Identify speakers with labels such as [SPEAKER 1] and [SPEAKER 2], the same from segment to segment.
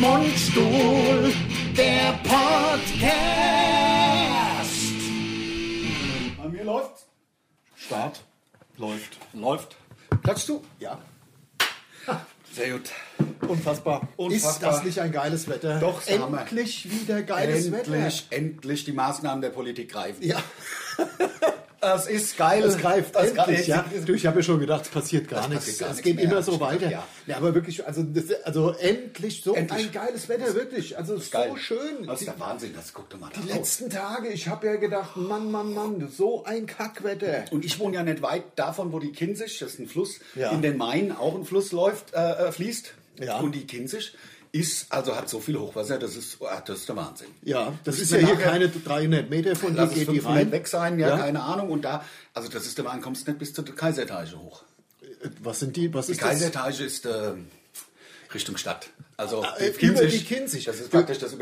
[SPEAKER 1] Mundstuhl, der Podcast.
[SPEAKER 2] Bei mir läuft. Start. Läuft.
[SPEAKER 3] Läuft.
[SPEAKER 2] Klatschst du?
[SPEAKER 1] Ja,
[SPEAKER 3] Sehr gut.
[SPEAKER 2] Unfassbar.
[SPEAKER 1] ist
[SPEAKER 2] Unfassbar.
[SPEAKER 1] das nicht ein geiles Wetter?
[SPEAKER 2] Doch, ist der Hammer.
[SPEAKER 1] endlich wieder geiles Wetter.
[SPEAKER 3] Endlich, endlich die Maßnahmen der Politik greifen.
[SPEAKER 1] Ja,
[SPEAKER 3] Das ist geil.
[SPEAKER 1] es greift
[SPEAKER 3] Das
[SPEAKER 1] endlich.
[SPEAKER 3] greift.
[SPEAKER 1] Ja. Du, ich habe ja schon gedacht, es passiert gar
[SPEAKER 3] Das
[SPEAKER 1] nichts.
[SPEAKER 3] passiert gar
[SPEAKER 1] es
[SPEAKER 3] nichts
[SPEAKER 1] geht
[SPEAKER 3] mehr.
[SPEAKER 1] immer so
[SPEAKER 3] Stimmt,
[SPEAKER 1] weiter.
[SPEAKER 3] ja.
[SPEAKER 1] aber wirklich, also, das, also endlich so
[SPEAKER 3] Endlich.
[SPEAKER 1] ein geiles Wetter, wirklich. Also so
[SPEAKER 3] Geil.
[SPEAKER 1] schön.
[SPEAKER 3] Das ist
[SPEAKER 1] Die-
[SPEAKER 3] der Wahnsinn, das guckt doch mal da
[SPEAKER 1] Die
[SPEAKER 3] raus.
[SPEAKER 1] letzten Tage, ich habe ja gedacht, Mann, Mann, Mann, so ein Kackwetter.
[SPEAKER 3] Und ich wohne ja nicht weit davon, wo die Kinzig, das ist ein Fluss,
[SPEAKER 1] Ja.
[SPEAKER 3] in den Main auch ein Fluss läuft, äh, äh, fließt.
[SPEAKER 1] Ja.
[SPEAKER 3] Und die Kinzig ist, also hat so viel Hochwasser, das ist, ah, das ist der Wahnsinn.
[SPEAKER 1] Ja, das ist ja
[SPEAKER 3] Müssen wir
[SPEAKER 1] hier
[SPEAKER 3] nachher-
[SPEAKER 1] keine 300 Meter von dir
[SPEAKER 3] Lass es
[SPEAKER 1] geht die
[SPEAKER 3] 500
[SPEAKER 1] rein.
[SPEAKER 3] weg sein, ja,
[SPEAKER 1] Ja.
[SPEAKER 3] keine Ahnung. Und da, also das ist der Wahnsinn, kommst nicht bis zur Kaiserteiche hoch.
[SPEAKER 1] Was sind die? Was
[SPEAKER 3] Die
[SPEAKER 1] ist das?
[SPEAKER 3] Kaiserteiche ist ähm, Richtung Stadt. Also
[SPEAKER 1] Ah, äh,
[SPEAKER 3] die
[SPEAKER 1] über die Kinzig.
[SPEAKER 3] Das ist praktisch das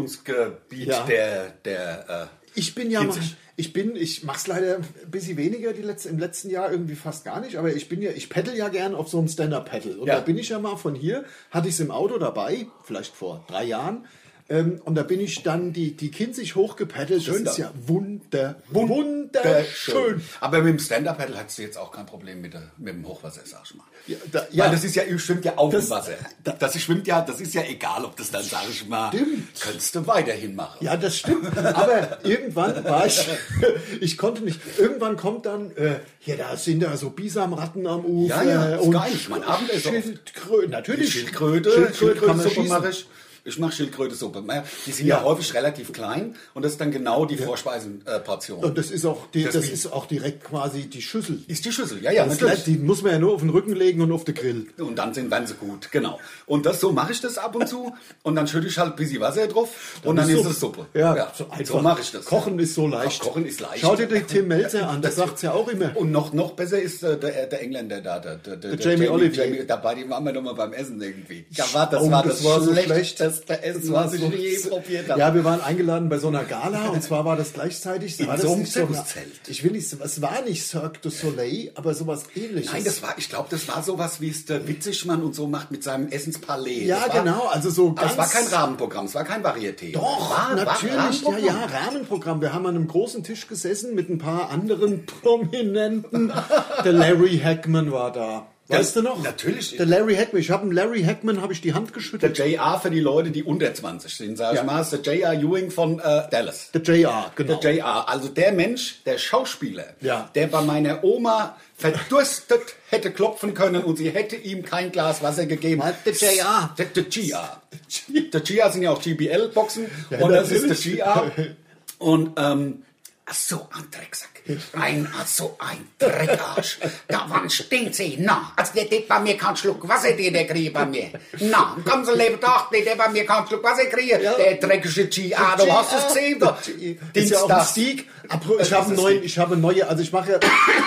[SPEAKER 3] Überflutungsgebiet
[SPEAKER 1] Ja.
[SPEAKER 3] der, der äh,
[SPEAKER 1] Ich bin ja,
[SPEAKER 3] Kinzig.
[SPEAKER 1] mal- ich bin, ich mach's leider ein bisschen weniger die letzte, im letzten Jahr irgendwie fast gar nicht, aber ich bin ja, ich paddle ja gern auf so einem Stand-Up-Paddle. Und
[SPEAKER 3] Ja.
[SPEAKER 1] da bin ich ja mal von hier, hatte ich es im Auto dabei, vielleicht vor drei Jahren. Ähm, und da bin ich dann die, die Kinzig hochgepaddelt.
[SPEAKER 3] Schön
[SPEAKER 1] das
[SPEAKER 3] da.
[SPEAKER 1] ist ja wunder, wunderschön.
[SPEAKER 3] Äh, Aber mit dem Stand-Up-Paddle hast du jetzt auch kein Problem mit, der, mit dem Hochwasser, sag ich mal.
[SPEAKER 1] Ja, da,
[SPEAKER 3] Ja,
[SPEAKER 1] ja.
[SPEAKER 3] Weil das ist ja, ihr schwimmt ja auf
[SPEAKER 1] Das-
[SPEAKER 3] dem Wasser. Das schwimmt ja, das ist ja egal, ob das dann, sag ich mal,
[SPEAKER 1] Stimmt.
[SPEAKER 3] könntest du weiterhin machen.
[SPEAKER 1] Ja, das stimmt. Aber irgendwann war ich, ich konnte nicht. Irgendwann kommt dann, äh, hier da sind da so Bisamratten am Ufer
[SPEAKER 3] Ja, ja, ist
[SPEAKER 1] und
[SPEAKER 3] geil. Ich mein, Abendessen oft.
[SPEAKER 1] Schildkröte,
[SPEAKER 3] Die
[SPEAKER 1] natürlich
[SPEAKER 3] Schildkröte,
[SPEAKER 1] Schildkröte kann man
[SPEAKER 3] Schildkrötensuppe mache
[SPEAKER 1] schießen.
[SPEAKER 3] ich. Ich mache Schildkrötesuppe. Die sind
[SPEAKER 1] Ja.
[SPEAKER 3] ja. häufig relativ klein und das ist dann genau die Vorspeisenportion.
[SPEAKER 1] Und das ist auch, die, das
[SPEAKER 3] Das wie-
[SPEAKER 1] ist auch direkt quasi die Schüssel.
[SPEAKER 3] ist die Schüssel, ja, ja,
[SPEAKER 1] Das
[SPEAKER 3] natürlich.
[SPEAKER 1] die muss man ja nur auf den Rücken legen und auf den Grill.
[SPEAKER 3] Und dann sind werden sie gut, genau. Und das so mache ich das ab und zu und dann schütte ich halt ein bisschen Wasser drauf und dann ist es Suppe.
[SPEAKER 1] Ja, so einfach.
[SPEAKER 3] so mache ich das.
[SPEAKER 1] Kochen ist so leicht.
[SPEAKER 3] Kochen ist leicht.
[SPEAKER 1] Schau dir den Tim Melzer an, das sagt's ja auch immer.
[SPEAKER 3] Und noch, noch besser ist äh, der, der Engländer da, der, der, der,
[SPEAKER 1] Jamie Oliver.
[SPEAKER 3] da bei dem waren wir nochmal beim Essen irgendwie. Ja, war, das
[SPEAKER 1] Oh,
[SPEAKER 3] war das, war
[SPEAKER 1] so schlecht.
[SPEAKER 3] schlechteste Essen, was ich je probiert habe.
[SPEAKER 1] Ja, wir waren eingeladen bei so einer Gala und zwar war das gleichzeitig.
[SPEAKER 3] In
[SPEAKER 1] war
[SPEAKER 3] so
[SPEAKER 1] das
[SPEAKER 3] einem
[SPEAKER 1] nicht eine-
[SPEAKER 3] Zirkuszelt.
[SPEAKER 1] Ich will nicht, es war nicht Cirque du Soleil, aber sowas ähnliches.
[SPEAKER 3] Nein, das war, ich glaube, das war sowas, wie es der Witzigmann und so macht mit seinem Essenspalais.
[SPEAKER 1] Ja,
[SPEAKER 3] das war,
[SPEAKER 1] genau, also so
[SPEAKER 3] Aber es war
[SPEAKER 1] ganz-
[SPEAKER 3] kein Rahmenprogramm, es war kein Varieté.
[SPEAKER 1] Doch,
[SPEAKER 3] war,
[SPEAKER 1] natürlich,
[SPEAKER 3] War
[SPEAKER 1] ja, ja, Rahmenprogramm. Wir haben an einem großen Tisch gesessen mit ein paar anderen Prominenten. Der Larry Hackman war da.
[SPEAKER 3] Ja,
[SPEAKER 1] Weißt du noch?
[SPEAKER 3] natürlich.
[SPEAKER 1] Der Larry Hackman. Ich habe dem Larry Hackman habe ich die Hand
[SPEAKER 3] Der
[SPEAKER 1] geschüttelt.
[SPEAKER 3] JR für die Leute, die unter 20 sind, sag ich
[SPEAKER 1] Ja.
[SPEAKER 3] mal, ist der JR Ewing von äh, Dallas.
[SPEAKER 1] Der JR, genau.
[SPEAKER 3] Der JR, also der Mensch, der Schauspieler,
[SPEAKER 1] Ja.
[SPEAKER 3] der bei meiner Oma verdurstet hätte klopfen können und sie hätte ihm kein Glas Wasser gegeben.
[SPEAKER 1] Was, der JR?
[SPEAKER 3] Der, der JR. Der JR sind ja auch GBL-Boxen und das ist der
[SPEAKER 1] natürlich.
[SPEAKER 3] JR. Und ähm, ach so ein Drecksack. Ein, ach so ein Dreckarsch. Da wann stinkt sie? Na, als der Dick bei mir keinen Schluck Wasser, die der kriegt bei mir. Na, komm so lebe doch, der Dick bei mir keinen Schluck Wasser kriegt.
[SPEAKER 1] Ja.
[SPEAKER 3] Der dreckige GR, du hast es gesehen. da.
[SPEAKER 1] Ist ja auch ein
[SPEAKER 3] Dienstag.
[SPEAKER 1] Sieg. Apro- Ich
[SPEAKER 3] Das
[SPEAKER 1] habe
[SPEAKER 3] ist
[SPEAKER 1] neuen,
[SPEAKER 3] es.
[SPEAKER 1] ich habe neue, also ich mache ja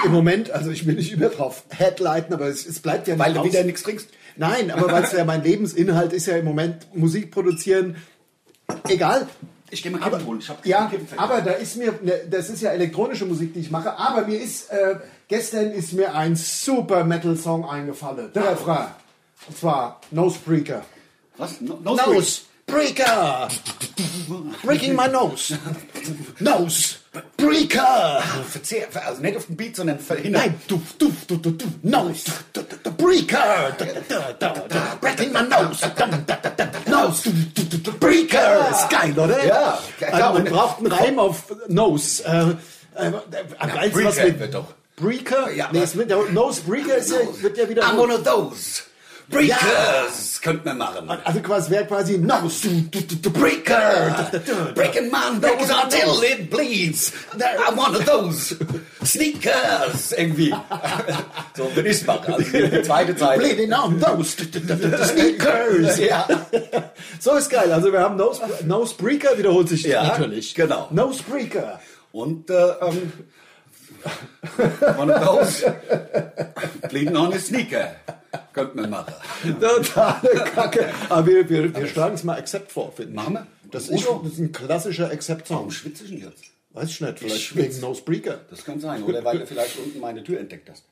[SPEAKER 1] im Moment, also ich will nicht über drauf headlighten, aber es, es bleibt ja nicht
[SPEAKER 3] Weil du
[SPEAKER 1] aus.
[SPEAKER 3] wieder nichts trinkst.
[SPEAKER 1] Nein, aber weil es ja mein Lebensinhalt ist ja im Moment Musik produzieren. Egal.
[SPEAKER 3] Ich gehe mal Kippen holen. Ich hab
[SPEAKER 1] Ja,
[SPEAKER 3] Kippen vergessen.
[SPEAKER 1] aber da ist mir, ne, das ist ja elektronische Musik, die ich mache, aber mir ist, äh, gestern ist mir ein super Metal-Song eingefallen. Der Refrain. Und zwar Nosebreaker.
[SPEAKER 3] Was? No, no Springs.
[SPEAKER 1] Nosebreaker! Breaking my nose! Nosebreaker!
[SPEAKER 3] Verzehr, ver- also nicht auf den Beat, sondern verhindern.
[SPEAKER 1] Nein, du, du, du, du, du, Nose, du, du, du, Breaker, du, du, du, du, du, breaking my nose, du, du, du, du, du, Nose, du, du, du, du, Breaker, Äh, ist geil, oder?
[SPEAKER 3] Ah. Ja, klar,
[SPEAKER 1] also, man
[SPEAKER 3] und-
[SPEAKER 1] braucht einen Reim auf Nose. Äh, äh, am geilsten was
[SPEAKER 3] Breaker
[SPEAKER 1] mit
[SPEAKER 3] wird doch.
[SPEAKER 1] Breaker?
[SPEAKER 3] Ja,
[SPEAKER 1] nee,
[SPEAKER 3] aber-
[SPEAKER 1] es wird, der Nose Breaker ist ja, also wird ja wieder.
[SPEAKER 3] I'm one of those. Breakers.
[SPEAKER 1] Ja.
[SPEAKER 3] Könnte man machen.
[SPEAKER 1] Also quasi wäre quasi Nose, du, du, du, du,
[SPEAKER 3] Breaker.
[SPEAKER 1] Du, du, du, du.
[SPEAKER 3] Breaking my nose until it bleeds. I'm one of those. Sneakers. Irgendwie. so bin ich machen. Also die zweite Zeit.
[SPEAKER 1] Bleeding on Nose, du, du, du, du, du, Sneakers.
[SPEAKER 3] Ja.
[SPEAKER 1] So ist geil. Also wir haben Nose, Nosebreaker wiederholt sich
[SPEAKER 3] Ja,
[SPEAKER 1] natürlich.
[SPEAKER 3] genau.
[SPEAKER 1] Nosebreaker.
[SPEAKER 3] Und, äh, ähm, one of those. Bleeding on a sneaker. Könnte man machen.
[SPEAKER 1] Totale Kacke. Aber wir, wir, wir schlagen es mal Accept vor, finde ich.
[SPEAKER 3] Machen wir? Oh,
[SPEAKER 1] Das ist,
[SPEAKER 3] Udo?
[SPEAKER 1] das ist ein klassischer Accept-Song.
[SPEAKER 3] Warum schwitze ich denn jetzt?
[SPEAKER 1] Weiß ich nicht, vielleicht wegen Nosebreaker.
[SPEAKER 3] Das kann sein. Oder weil du vielleicht unten meine Tür entdeckt hast.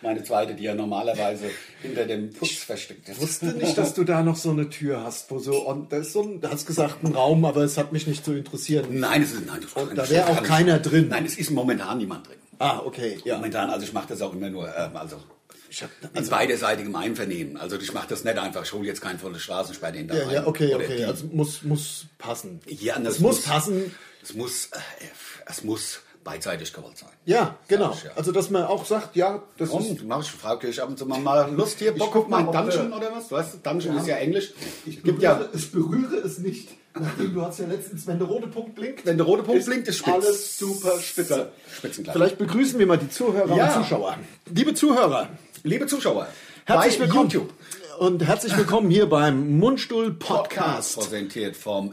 [SPEAKER 3] Meine zweite, die ja normalerweise hinter dem Putz versteckt
[SPEAKER 1] Ich
[SPEAKER 3] ist.
[SPEAKER 1] wusste nicht, dass du da noch so eine Tür hast, wo so, und da ist so ein, du hast gesagt, ein Raum, aber es hat mich nicht zu interessieren.
[SPEAKER 3] Nein, es ist nein, das
[SPEAKER 1] Und Oh, da wäre auch keiner drin.
[SPEAKER 3] Nein, es ist momentan niemand drin.
[SPEAKER 1] Ah, okay, ja. Also-
[SPEAKER 3] Momentan, also ich mache das auch immer nur, ähm, also
[SPEAKER 1] Ich hab,
[SPEAKER 3] in beiderseitigem Einvernehmen. Also ich mache das nicht einfach, ich hole jetzt keine volle Straßensperre hinter
[SPEAKER 1] ja, ja,
[SPEAKER 3] rein.
[SPEAKER 1] okay,
[SPEAKER 3] Oder
[SPEAKER 1] okay,
[SPEAKER 3] die.
[SPEAKER 1] also muss, muss passen.
[SPEAKER 3] Ja,
[SPEAKER 1] das,
[SPEAKER 3] das
[SPEAKER 1] muss,
[SPEAKER 3] muss-
[SPEAKER 1] passen.
[SPEAKER 3] es, muss, äh, es muss beidseitig gewollt sein.
[SPEAKER 1] Ja, genau.
[SPEAKER 3] ich, ja.
[SPEAKER 1] Also, dass man auch sagt, ja, das ist
[SPEAKER 3] Komm, mach ich, frag dich ab und zu mal, mal Lust hier, Bock
[SPEAKER 4] guck
[SPEAKER 3] auf meinen
[SPEAKER 4] mal, ob
[SPEAKER 3] Dungeon
[SPEAKER 4] wir-
[SPEAKER 3] oder was? Du weißt, Dungeon ist ja Englisch.
[SPEAKER 4] Ich
[SPEAKER 3] Gibt
[SPEAKER 4] berühre,
[SPEAKER 3] ja-
[SPEAKER 4] ich berühre es nicht. Nachdem du hast ja letztens, wenn der rote Punkt blinkt,
[SPEAKER 3] Wenn der rote Punkt
[SPEAKER 4] ist
[SPEAKER 3] blinkt, ist spitz.
[SPEAKER 4] alles super spitze.
[SPEAKER 3] Spitzenkleid.
[SPEAKER 1] Vielleicht begrüßen wir mal die Zuhörer
[SPEAKER 3] Ja.
[SPEAKER 1] und Zuschauer. Liebe Zuhörer,
[SPEAKER 3] Liebe Zuschauer,
[SPEAKER 1] herzlich
[SPEAKER 3] bei
[SPEAKER 1] willkommen
[SPEAKER 3] YouTube.
[SPEAKER 1] und herzlich willkommen hier beim Mundstuhl Podcast.
[SPEAKER 3] Präsentiert vom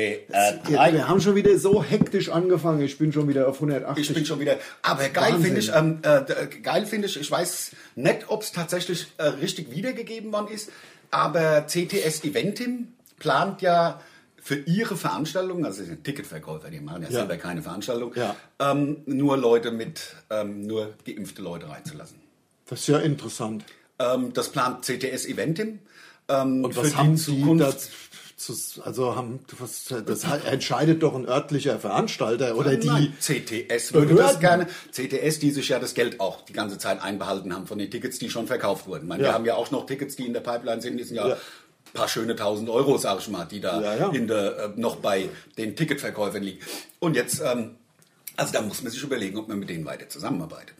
[SPEAKER 1] Ja,
[SPEAKER 3] SWR3.
[SPEAKER 1] wir haben schon wieder so hektisch angefangen. Ich bin schon wieder auf
[SPEAKER 3] Ich
[SPEAKER 1] 180.
[SPEAKER 3] bin schon wieder. Aber geil
[SPEAKER 1] Wahnsinn.
[SPEAKER 3] finde ich, ähm, äh, d- geil finde ich, ich weiß nicht, ob es tatsächlich äh, richtig wiedergegeben worden ist, aber CTS Eventim plant ja für ihre Veranstaltung, also sie sind Ticketverkäufer, die machen ja,
[SPEAKER 1] Ja.
[SPEAKER 3] selber keine Veranstaltung,
[SPEAKER 1] Ja.
[SPEAKER 3] ähm, nur Leute mit, ähm, nur geimpfte Leute reinzulassen.
[SPEAKER 1] Das ist ja interessant.
[SPEAKER 3] Ähm, das plant CTS Eventim. ähm,
[SPEAKER 1] Und was
[SPEAKER 3] die
[SPEAKER 1] haben
[SPEAKER 3] Zukunft-
[SPEAKER 1] Sie da? Also haben, was, das entscheidet doch ein örtlicher Veranstalter oder die.
[SPEAKER 3] Nein, CTS würde
[SPEAKER 1] Behörden.
[SPEAKER 3] das gerne. CTS, die sich ja das Geld auch die ganze Zeit einbehalten haben von den Tickets, die schon verkauft wurden. Ich Meine,
[SPEAKER 1] Ja.
[SPEAKER 3] Wir haben ja auch noch Tickets, die in der Pipeline sind, die sind ja,
[SPEAKER 1] Ja.
[SPEAKER 3] ein paar schöne 1000 Euro, sag ich mal, die da
[SPEAKER 1] Ja, ja.
[SPEAKER 3] In der, äh, noch bei den Ticketverkäufern liegen. Und jetzt, ähm, also da muss man sich überlegen, ob man mit denen weiter zusammenarbeitet.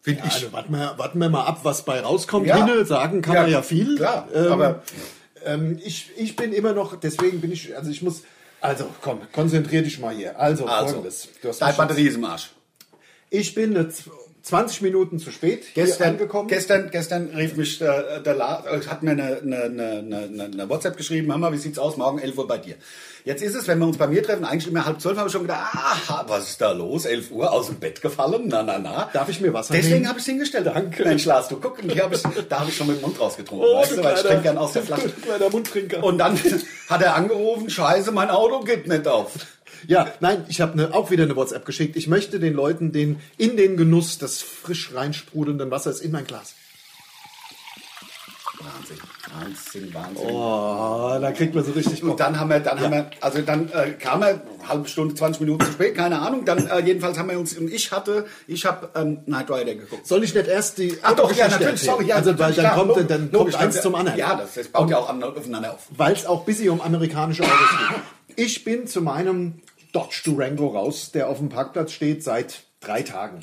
[SPEAKER 3] Finde ich.
[SPEAKER 1] Also warten wir, warten wir mal ab, was bei rauskommt.
[SPEAKER 3] Ja.
[SPEAKER 1] Hinne, sagen kann
[SPEAKER 3] Ja,
[SPEAKER 1] man ja viel.
[SPEAKER 3] klar,
[SPEAKER 1] ähm,
[SPEAKER 3] aber-
[SPEAKER 1] ähm, ich, ich bin immer noch, deswegen bin ich, also ich muss, also komm, konzentrier dich mal hier. Also,
[SPEAKER 3] Also,
[SPEAKER 1] folgendes. Du hast
[SPEAKER 3] deine
[SPEAKER 1] mich schon-
[SPEAKER 3] Batterie ist im Arsch.
[SPEAKER 1] ich bin eine z- 20 Minuten zu spät hier
[SPEAKER 3] Gestern,
[SPEAKER 1] angekommen.
[SPEAKER 3] gestern, gestern rief mich der, der La, äh, hat mir eine, eine, eine, eine, eine WhatsApp geschrieben, Hammer, wie sieht's aus, morgen 11 Uhr bei dir. Jetzt ist es, wenn wir uns bei mir treffen, eigentlich immer halb zwölf, habe ich schon gedacht, aha, was ist da los, 11 Uhr, aus dem Bett gefallen, na, na, na.
[SPEAKER 1] Darf ich mir Wasser
[SPEAKER 3] Deswegen
[SPEAKER 1] nehmen?
[SPEAKER 3] habe ich hingestellt. Danke. Mensch, Lars, du guck, und hier hab ich, da habe ich schon mit dem Mund rausgetrunken,
[SPEAKER 1] Oh,
[SPEAKER 3] weißt du, weil ich trinke gern aus der Flasche.
[SPEAKER 1] du kleiner Mundtrinker.
[SPEAKER 3] Und dann hat er angerufen, scheiße, mein Auto geht nicht auf.
[SPEAKER 1] ja, nein, ich habe ne, auch wieder eine WhatsApp geschickt. Ich möchte den Leuten den, in den Genuss des frisch reinsprudelnden Wassers in mein Glas.
[SPEAKER 3] Wahnsinn, Wahnsinn, Wahnsinn.
[SPEAKER 1] Oh, da kriegt man so richtig
[SPEAKER 3] Und dann haben wir, dann haben wir, also dann äh, kam er halbe Stunde, 20 Minuten zu spät, keine Ahnung. Dann äh, jedenfalls haben wir uns, und ich hatte, ich habe ähm, Night Rider geguckt.
[SPEAKER 1] Soll ich nicht erst die
[SPEAKER 3] Ach doch, ja,
[SPEAKER 1] Geschichte
[SPEAKER 3] natürlich,
[SPEAKER 1] erzählen?
[SPEAKER 3] sorry, ja,
[SPEAKER 1] also, weil
[SPEAKER 3] natürlich,
[SPEAKER 1] dann
[SPEAKER 3] klar,
[SPEAKER 1] kommt,
[SPEAKER 3] logisch,
[SPEAKER 1] dann
[SPEAKER 3] logisch,
[SPEAKER 1] kommt eins zum anderen.
[SPEAKER 3] Ja, das, das baut ja auch an- aufeinander auf.
[SPEAKER 1] weil es auch busy um amerikanische Autos geht. Ich bin zu meinem Dodge Durango raus, der auf dem Parkplatz steht seit drei Tagen.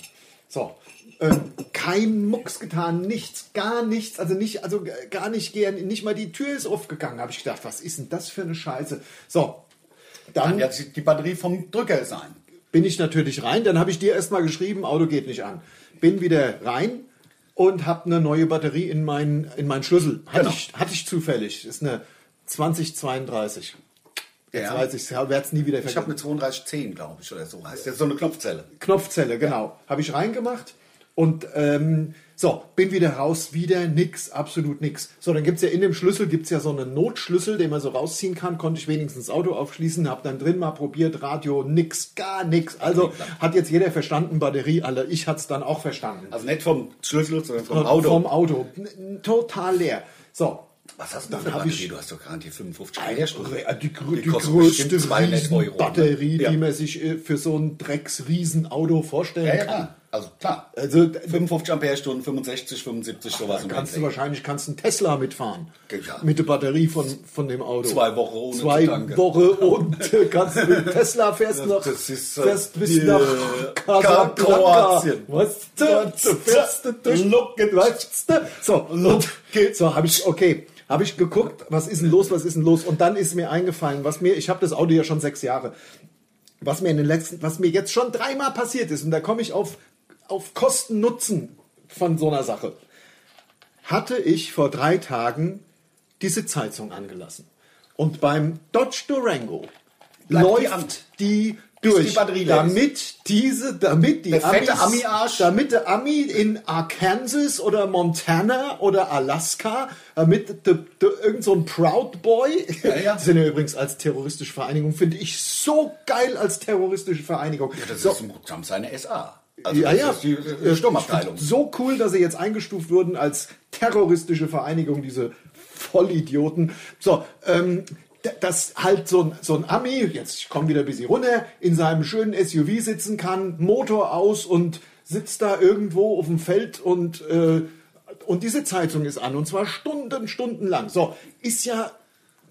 [SPEAKER 1] So, äh, kein Mucks getan, nichts, gar nichts, also nicht, also g- gar nicht gern, nicht mal die Tür ist aufgegangen, habe ich gedacht, was ist denn das für eine Scheiße? So,
[SPEAKER 3] Kann
[SPEAKER 1] dann
[SPEAKER 3] ja die die Batterie vom Drücker sein.
[SPEAKER 1] bin ich natürlich rein. Dann habe ich dir erstmal geschrieben, Auto geht nicht an. Bin wieder rein und habe eine neue Batterie in meinen in meinen Schlüssel. Hatte,
[SPEAKER 3] Genau.
[SPEAKER 1] ich, hatte ich zufällig. Ist eine 2032. Jetzt
[SPEAKER 3] Ja.
[SPEAKER 1] weiß ich, ich werde es nie wieder
[SPEAKER 3] Ich habe
[SPEAKER 1] vergessen.
[SPEAKER 3] eine 3210, glaube ich, oder so. Heißt ja so eine Knopfzelle.
[SPEAKER 1] Knopfzelle, genau. Habe ich reingemacht und ähm, so, bin wieder raus, wieder nix, absolut nix. So, dann gibt es ja in dem Schlüssel gibt's ja so einen Notschlüssel, den man so rausziehen kann. Konnte ich wenigstens das Auto aufschließen, habe dann drin mal probiert, Radio, nix, gar nix. Also hat jetzt jeder verstanden, Batterie alle. Ich hat's dann auch verstanden.
[SPEAKER 3] Also nicht vom Schlüssel, sondern vom
[SPEAKER 1] Von-
[SPEAKER 3] Auto.
[SPEAKER 1] Vom Auto. N- n- Total leer. So,
[SPEAKER 3] was hast du denn für
[SPEAKER 1] Dann hab
[SPEAKER 3] Batterie?
[SPEAKER 1] ich-
[SPEAKER 3] du hast doch gerade hier 55
[SPEAKER 1] Eine,
[SPEAKER 3] Kilowattstunde.
[SPEAKER 1] Re- die, grö- die,
[SPEAKER 3] kostet
[SPEAKER 1] größte
[SPEAKER 3] bestimmt 200 Euro. ne?
[SPEAKER 1] Batterie,
[SPEAKER 3] ja.
[SPEAKER 1] die man sich äh, für so ein Drecks-Riesenauto vorstellen
[SPEAKER 3] Ja, ja,
[SPEAKER 1] kann.
[SPEAKER 3] klar. Also klar.
[SPEAKER 1] Also, d-
[SPEAKER 3] 55 Amperestunden, 65, 75, sowas. im
[SPEAKER 1] Kannst du
[SPEAKER 3] Dreh.
[SPEAKER 1] wahrscheinlich kannst einen Tesla mitfahren.
[SPEAKER 3] Ja.
[SPEAKER 1] Mit der Batterie von, von dem Auto.
[SPEAKER 3] Zwei Wochen ohne
[SPEAKER 1] Zwei
[SPEAKER 3] zu tanken.
[SPEAKER 1] Wochen und äh, kannst du mit dem Tesla fährst noch.
[SPEAKER 3] das ist, äh,
[SPEAKER 1] fährst bis
[SPEAKER 3] die,
[SPEAKER 1] nach
[SPEAKER 3] äh,
[SPEAKER 1] Casablanca.
[SPEAKER 3] Kroatien.
[SPEAKER 1] Was? Du, du fährst du durch.
[SPEAKER 3] Look at-
[SPEAKER 1] Weißt du? So, und, so habe ich, okay. Habe ich geguckt, was ist denn los, was ist denn los? Und dann ist mir eingefallen, was mir, ich habe das Auto ja schon sechs Jahre was mir in den letzten, was mir jetzt schon dreimal passiert ist, und da komme ich auf, auf Kosten Nutzen von so einer Sache, hatte ich vor drei Tagen die Sitzheizung angelassen. Und beim Dodge Durango
[SPEAKER 3] Bleibt die an.
[SPEAKER 1] läuft die, durch,
[SPEAKER 3] die Batterie leer ist.
[SPEAKER 1] damit diese, damit die
[SPEAKER 3] Der fette Ami-Arsch.
[SPEAKER 1] damit der Ami in Arkansas oder Montana oder Alaska, damit de, de, irgend so ein Proud Boy,
[SPEAKER 3] Ja, ja.
[SPEAKER 1] sind ja übrigens als terroristische Vereinigung, finde ich so geil als terroristische Vereinigung.
[SPEAKER 3] Ja, das
[SPEAKER 1] so,
[SPEAKER 3] ist ein Trump seine SA. Also
[SPEAKER 1] Ja,
[SPEAKER 3] das
[SPEAKER 1] ja.
[SPEAKER 3] ist die, äh, Sturmabteilung.
[SPEAKER 1] So cool, dass sie jetzt eingestuft wurden als terroristische Vereinigung, diese Vollidioten. So, ähm, d- dass halt so ein, so ein Ami, jetzt ich komme wieder ein bisschen runter, in seinem schönen SUV sitzen kann, Motor aus und sitzt da irgendwo auf dem Feld und, äh, und diese Zeitung ist an und zwar Stunden, Stunden lang. So, ist ja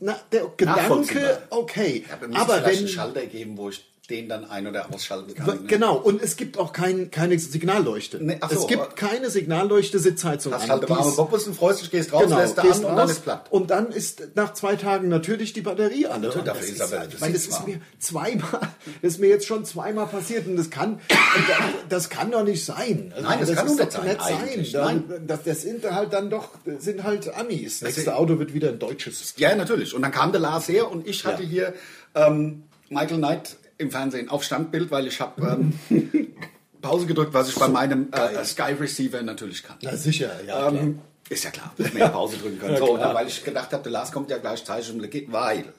[SPEAKER 1] na, der
[SPEAKER 3] Nachvollziehbar.
[SPEAKER 1] Gedanke, okay.
[SPEAKER 3] Ja, aber
[SPEAKER 1] aber
[SPEAKER 3] vielleicht
[SPEAKER 1] wenn,
[SPEAKER 3] einen Schalter geben, wo ich den dann ein- oder ausschalten
[SPEAKER 1] W-
[SPEAKER 3] kann. ne?
[SPEAKER 1] Genau, und es gibt auch kein, keine Signalleuchte.
[SPEAKER 3] Nee, ach so,
[SPEAKER 1] es gibt
[SPEAKER 3] aber-
[SPEAKER 1] keine Signalleuchte Sitzheizung.
[SPEAKER 3] Hast
[SPEAKER 1] an.
[SPEAKER 3] halt
[SPEAKER 1] Die
[SPEAKER 3] warme
[SPEAKER 1] ist-
[SPEAKER 3] Popelsen, freust dich, gehst raus,
[SPEAKER 1] genau,
[SPEAKER 3] lässt da
[SPEAKER 1] gehst
[SPEAKER 3] an und dann
[SPEAKER 1] raus
[SPEAKER 3] ist platt.
[SPEAKER 1] Und dann ist nach zwei Tagen natürlich die Batterie alle. Und
[SPEAKER 3] dafür
[SPEAKER 1] das
[SPEAKER 3] ist aber-
[SPEAKER 1] halt-
[SPEAKER 3] das
[SPEAKER 1] ich meine, das
[SPEAKER 3] ist
[SPEAKER 1] ist
[SPEAKER 3] wahr.
[SPEAKER 1] mir zweimal, das ist mir jetzt schon zweimal passiert und das kann, und das, das kann doch nicht sein. Also,
[SPEAKER 3] Nein, das kann
[SPEAKER 1] ist
[SPEAKER 3] doch nicht
[SPEAKER 1] doch
[SPEAKER 3] sein, eigentlich.
[SPEAKER 1] Dann- Das, das sind halt dann doch, sind halt Amis. Das nächste
[SPEAKER 3] Deswegen-
[SPEAKER 1] Auto wird wieder ein deutsches.
[SPEAKER 3] Ja, natürlich. Und dann kam der Lars her und ich hatte
[SPEAKER 1] Ja.
[SPEAKER 3] hier ähm, Michael Knight im Fernsehen auf Standbild, weil ich habe ähm, Pause gedrückt, was ich bei meinem äh, Sky Receiver natürlich kann.
[SPEAKER 1] Ja, sicher, ja. klar.
[SPEAKER 3] Ähm, ist ja klar, dass man ja Pause drücken können. so, und dann, weil ich gedacht habe, der Lars kommt ja gleich zeichnen, weil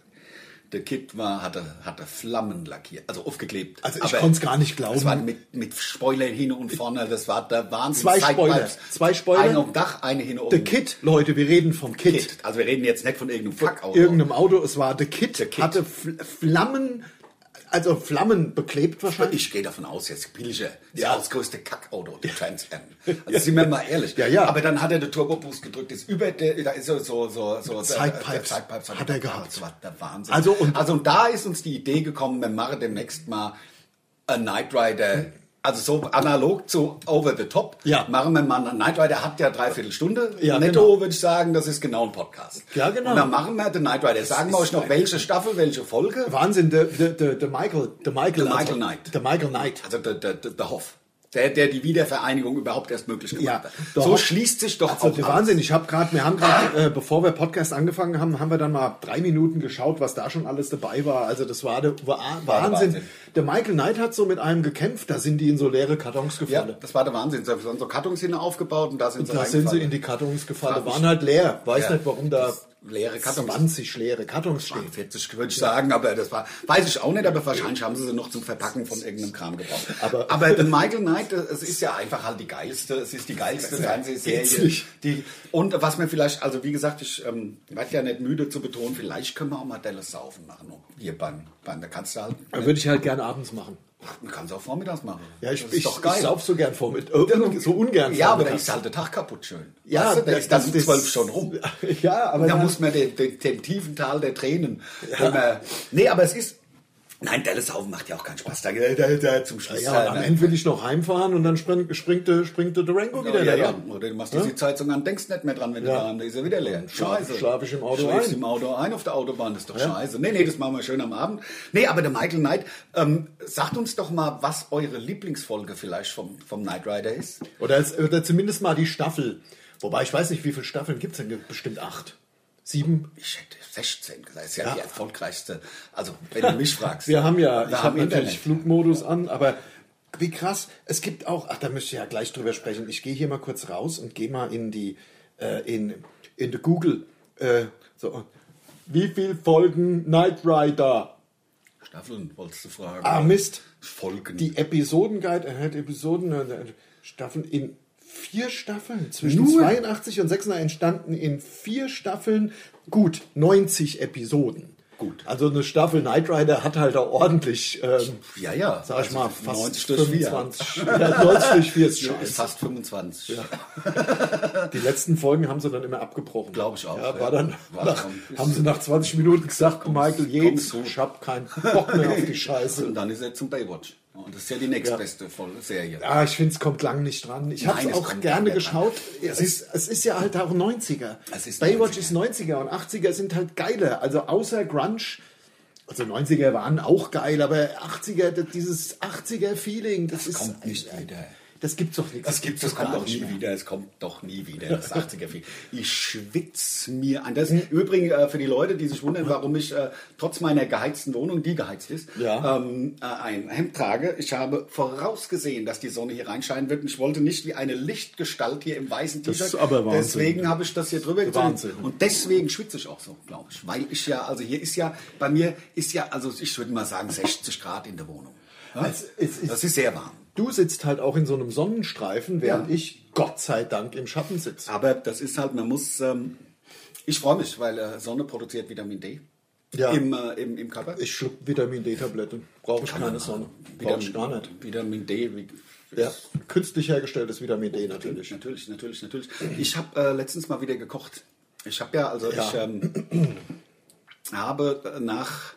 [SPEAKER 3] der Kid war, hatte, hatte Flammen lackiert, also aufgeklebt.
[SPEAKER 1] Also ich
[SPEAKER 3] Aber
[SPEAKER 1] konnte es gar nicht glauben.
[SPEAKER 3] Es war mit, mit Spoilern hin und vorne, das war der Wahnsinn.
[SPEAKER 1] Zwei Spoiler,
[SPEAKER 3] Sidepipes.
[SPEAKER 1] zwei Spoiler.
[SPEAKER 3] Eine auf dem Dach, eine hin oben.
[SPEAKER 1] The Kid, Leute, wir reden vom Kid.
[SPEAKER 3] Kid. Also wir reden jetzt nicht von irgendeinem Fuck-Auto.
[SPEAKER 1] irgendeinem Auto. Es war The Kid.
[SPEAKER 3] Kid.
[SPEAKER 1] Hatte Fl Flammen, also Flammen beklebt wahrscheinlich.
[SPEAKER 3] Ich gehe davon aus, jetzt billiger. Das
[SPEAKER 1] Ja.
[SPEAKER 3] ja. ist das größte Kackauto, der Transam. Also sind wir mal ehrlich.
[SPEAKER 1] Ja, ja.
[SPEAKER 3] Aber dann hat er den Turbo-Boost gedrückt, ist über der, da ist so, so, so, so
[SPEAKER 1] Sidepipes
[SPEAKER 3] der Sidepipes
[SPEAKER 1] hat er gehabt.
[SPEAKER 3] Das war der Wahnsinn.
[SPEAKER 1] Also und-
[SPEAKER 3] also und da ist uns die Idee gekommen, wir machen demnächst mal ein Night Rider. Also so analog zu Over the Top
[SPEAKER 1] Hm? Ja.
[SPEAKER 3] machen wir mal einen Night Rider, hat ja dreiviertel Stunde.
[SPEAKER 1] Ja,
[SPEAKER 3] Netto
[SPEAKER 1] genau.
[SPEAKER 3] würde ich sagen, das ist genau ein Podcast.
[SPEAKER 1] Ja, genau.
[SPEAKER 3] Und dann machen wir den Night Rider. Sagen wir euch noch, welche Staffel, welche Folge.
[SPEAKER 1] Wahnsinn, der der der der Michael, der Michael,
[SPEAKER 3] Der Michael Knight.
[SPEAKER 1] Der Michael Knight.
[SPEAKER 3] Also der, der, der, der Hoff. Der, der die Wiedervereinigung überhaupt erst möglich
[SPEAKER 1] Ja,
[SPEAKER 3] gemacht hat.
[SPEAKER 1] der
[SPEAKER 3] So
[SPEAKER 1] Hoff-
[SPEAKER 3] schließt sich doch
[SPEAKER 1] Also
[SPEAKER 3] auch
[SPEAKER 1] der
[SPEAKER 3] alles.
[SPEAKER 1] Wahnsinn, ich habe gerade, wir haben gerade, äh, bevor wir Podcast angefangen haben, haben wir dann mal drei Minuten geschaut, was da schon alles dabei war. Also das war der Wa- Wahnsinn.
[SPEAKER 3] Wahnsinn.
[SPEAKER 1] Der Michael Knight hat so mit einem gekämpft, da sind die in so leere Kartons
[SPEAKER 3] Ja,
[SPEAKER 1] gefallen.
[SPEAKER 3] das war der Wahnsinn. Da waren so Kartons hin aufgebaut und da sind sie
[SPEAKER 1] Da sind sie
[SPEAKER 3] reingefallen.
[SPEAKER 1] in die Kartons gefallen,
[SPEAKER 3] Frag mich-
[SPEAKER 1] waren halt leer. Weiß
[SPEAKER 3] Ja,
[SPEAKER 1] nicht, warum da
[SPEAKER 3] das leere Kartons.
[SPEAKER 1] 20 leere Kartons stehen.
[SPEAKER 3] 40 würde ich sagen, aber das war, weiß ich auch nicht, aber wahrscheinlich haben sie sie noch zum Verpacken von irgendeinem Kram gebraucht.
[SPEAKER 1] Aber-
[SPEAKER 3] aber der Michael Knight, es ist ja einfach halt die geilste, es ist die geilste Fernsehserie.
[SPEAKER 1] witzig.
[SPEAKER 3] Die, und was mir vielleicht, also wie gesagt, ich ähm, werde ja nicht müde zu betonen, vielleicht können wir auch mal Dallas saufen machen. um Hier beim, beim da kannst du halt
[SPEAKER 1] Da würde ich halt gerne abends machen.
[SPEAKER 3] Man kann es auch vormittags machen.
[SPEAKER 1] Ja, ich,
[SPEAKER 3] Das
[SPEAKER 1] ich, ich sauf so gern vor mit. Äh, so ungern
[SPEAKER 3] ja, aber da
[SPEAKER 1] vormittags.
[SPEAKER 3] ist halt der Tag kaputt schön.
[SPEAKER 1] Ja,
[SPEAKER 3] weißt du, da
[SPEAKER 1] das-
[SPEAKER 3] ist dann
[SPEAKER 1] das-
[SPEAKER 3] um zwölf schon rum.
[SPEAKER 1] Ja, aber
[SPEAKER 3] da
[SPEAKER 1] dann-
[SPEAKER 3] muss man den, den, den tiefen Tal der Tränen. Ja. Man, nee, aber es ist. Nein, Dallas Haufen macht ja auch keinen Spaß. Da, da, da, da zum Schluss.
[SPEAKER 1] Ja, und am
[SPEAKER 3] da-
[SPEAKER 1] Ende will ich noch heimfahren und dann springt, springt, der- springt der Durango wieder
[SPEAKER 3] ja,
[SPEAKER 1] da
[SPEAKER 3] ja.
[SPEAKER 1] dran.
[SPEAKER 3] Oder du machst die Sitzheizung an, denkst nicht mehr dran, wenn
[SPEAKER 1] Ja.
[SPEAKER 3] du da an, da ist er wieder leer.
[SPEAKER 1] schlaf-
[SPEAKER 3] Scheiße.
[SPEAKER 1] schlaf ich im Auto
[SPEAKER 3] Schläfst
[SPEAKER 1] ein.
[SPEAKER 3] im Auto ein auf der Autobahn, das ist doch scheiße. Nee, nee, das machen wir schön am Abend. Nee, aber der Michael Knight, ähm, sagt uns doch mal, was eure Lieblingsfolge vielleicht vom, vom Knight Rider ist.
[SPEAKER 1] Oder, es, oder zumindest mal die Staffel. Wobei ich weiß nicht, wie viele Staffeln gibt es denn? Bestimmt acht. Sieben?
[SPEAKER 3] Ich hätte 16 gesagt, das ist ja, die erfolgreichste. Also, wenn du mich fragst.
[SPEAKER 1] Wir haben ja,
[SPEAKER 3] Wir
[SPEAKER 1] ich
[SPEAKER 3] haben
[SPEAKER 1] habe natürlich
[SPEAKER 3] Internet.
[SPEAKER 1] Flugmodus an, aber wie krass, es gibt auch, ach, da müsst ich ja gleich drüber sprechen. Ich gehe hier mal kurz raus und gehe mal in die, äh, in, in die Google. Äh, so. Wie viel Folgen Knight Rider?
[SPEAKER 3] Staffeln wolltest du fragen.
[SPEAKER 1] Ah, Mist.
[SPEAKER 3] Folgen.
[SPEAKER 1] Die Episodenguide erhält Episoden, äh, Staffeln in vier Staffeln. Zwischen
[SPEAKER 3] Nur?
[SPEAKER 1] 82 und 96 entstanden in vier Staffeln gut 90 Episoden.
[SPEAKER 3] Gut.
[SPEAKER 1] Also eine Staffel Knight Rider hat halt auch ordentlich, ähm,
[SPEAKER 3] ja, ja.
[SPEAKER 1] sag ich mal,
[SPEAKER 3] Also
[SPEAKER 1] fast
[SPEAKER 3] 90 durch
[SPEAKER 1] 25. Ja, 90 durch 4 ist
[SPEAKER 3] Ist
[SPEAKER 1] scheiße.
[SPEAKER 3] fast 25.
[SPEAKER 1] Die letzten Folgen haben sie dann immer abgebrochen.
[SPEAKER 3] Glaub ich auch,
[SPEAKER 1] Ja,
[SPEAKER 3] ja.
[SPEAKER 1] war dann,
[SPEAKER 3] War
[SPEAKER 1] nach,
[SPEAKER 3] dann-
[SPEAKER 1] haben sie nach 20 Minuten gesagt, Michael Yates,
[SPEAKER 3] komm zu.
[SPEAKER 1] ich hab keinen Bock mehr auf die Scheiße.
[SPEAKER 3] Und dann ist er zum Baywatch. Und das ist ja die nächstbeste Folge, Serie.
[SPEAKER 1] Ah, ich finde, es kommt lang nicht dran. Ich habe
[SPEAKER 3] Nein,
[SPEAKER 1] es
[SPEAKER 3] es
[SPEAKER 1] auch
[SPEAKER 3] kommt
[SPEAKER 1] gerne
[SPEAKER 3] lang nicht
[SPEAKER 1] geschaut.
[SPEAKER 3] dran.
[SPEAKER 1] Es ist, es ist ja halt auch 90er.
[SPEAKER 3] Es ist
[SPEAKER 1] Baywatch
[SPEAKER 3] 90er.
[SPEAKER 1] ist 90er und 80er sind halt geiler. Also außer Grunge, also 90er waren auch geil, aber 80er, das- dieses 80er-Feeling, das, ist.
[SPEAKER 3] kommt nicht wieder.
[SPEAKER 1] Das gibt's doch nichts.
[SPEAKER 3] Das gibt's, das kommt
[SPEAKER 1] gar
[SPEAKER 3] doch
[SPEAKER 1] nicht
[SPEAKER 3] nie
[SPEAKER 1] mehr.
[SPEAKER 3] wieder. Es kommt doch nie wieder. Das 80er viel. Ich schwitze mir an. Das
[SPEAKER 1] Mhm.
[SPEAKER 3] übrigens äh, für die Leute, die sich wundern, warum ich äh, trotz meiner geheizten Wohnung, die geheizt ist,
[SPEAKER 1] Ja.
[SPEAKER 3] ähm, äh, ein Hemd trage. Ich habe vorausgesehen, dass die Sonne hier reinscheinen wird. Und ich wollte nicht wie eine Lichtgestalt hier im weißen
[SPEAKER 1] Das
[SPEAKER 3] T-Shirt.
[SPEAKER 1] ist aber Wahnsinn.
[SPEAKER 3] Deswegen habe ich das hier drüber gezogen.
[SPEAKER 1] Wahnsinn.
[SPEAKER 3] Und deswegen schwitze ich auch so, glaube ich, weil ich ja, also hier ist ja, bei mir ist ja, also ich würde mal sagen 60 Grad in der Wohnung. Ja?
[SPEAKER 1] Es- es ist-
[SPEAKER 3] das ist sehr warm.
[SPEAKER 1] Du sitzt halt auch in so einem Sonnenstreifen, während
[SPEAKER 3] Ja.
[SPEAKER 1] ich Gott sei Dank im Schatten sitze.
[SPEAKER 3] Aber das ist halt, man muss. Ähm, ich freue mich, weil äh, Sonne produziert Vitamin D
[SPEAKER 1] Ja.
[SPEAKER 3] im, äh, im, im Körper.
[SPEAKER 1] Ich schluck Vitamin D-Tabletten. Brauche ich keine Sonne. Brauche ich gar nicht.
[SPEAKER 3] Vitamin D. Wie,
[SPEAKER 1] Ja. Künstlich hergestelltes Vitamin D natürlich.
[SPEAKER 3] Natürlich, natürlich, natürlich. Ich habe äh, letztens mal wieder gekocht. Ich habe ja, also
[SPEAKER 1] Ja.
[SPEAKER 3] ich ähm, habe nach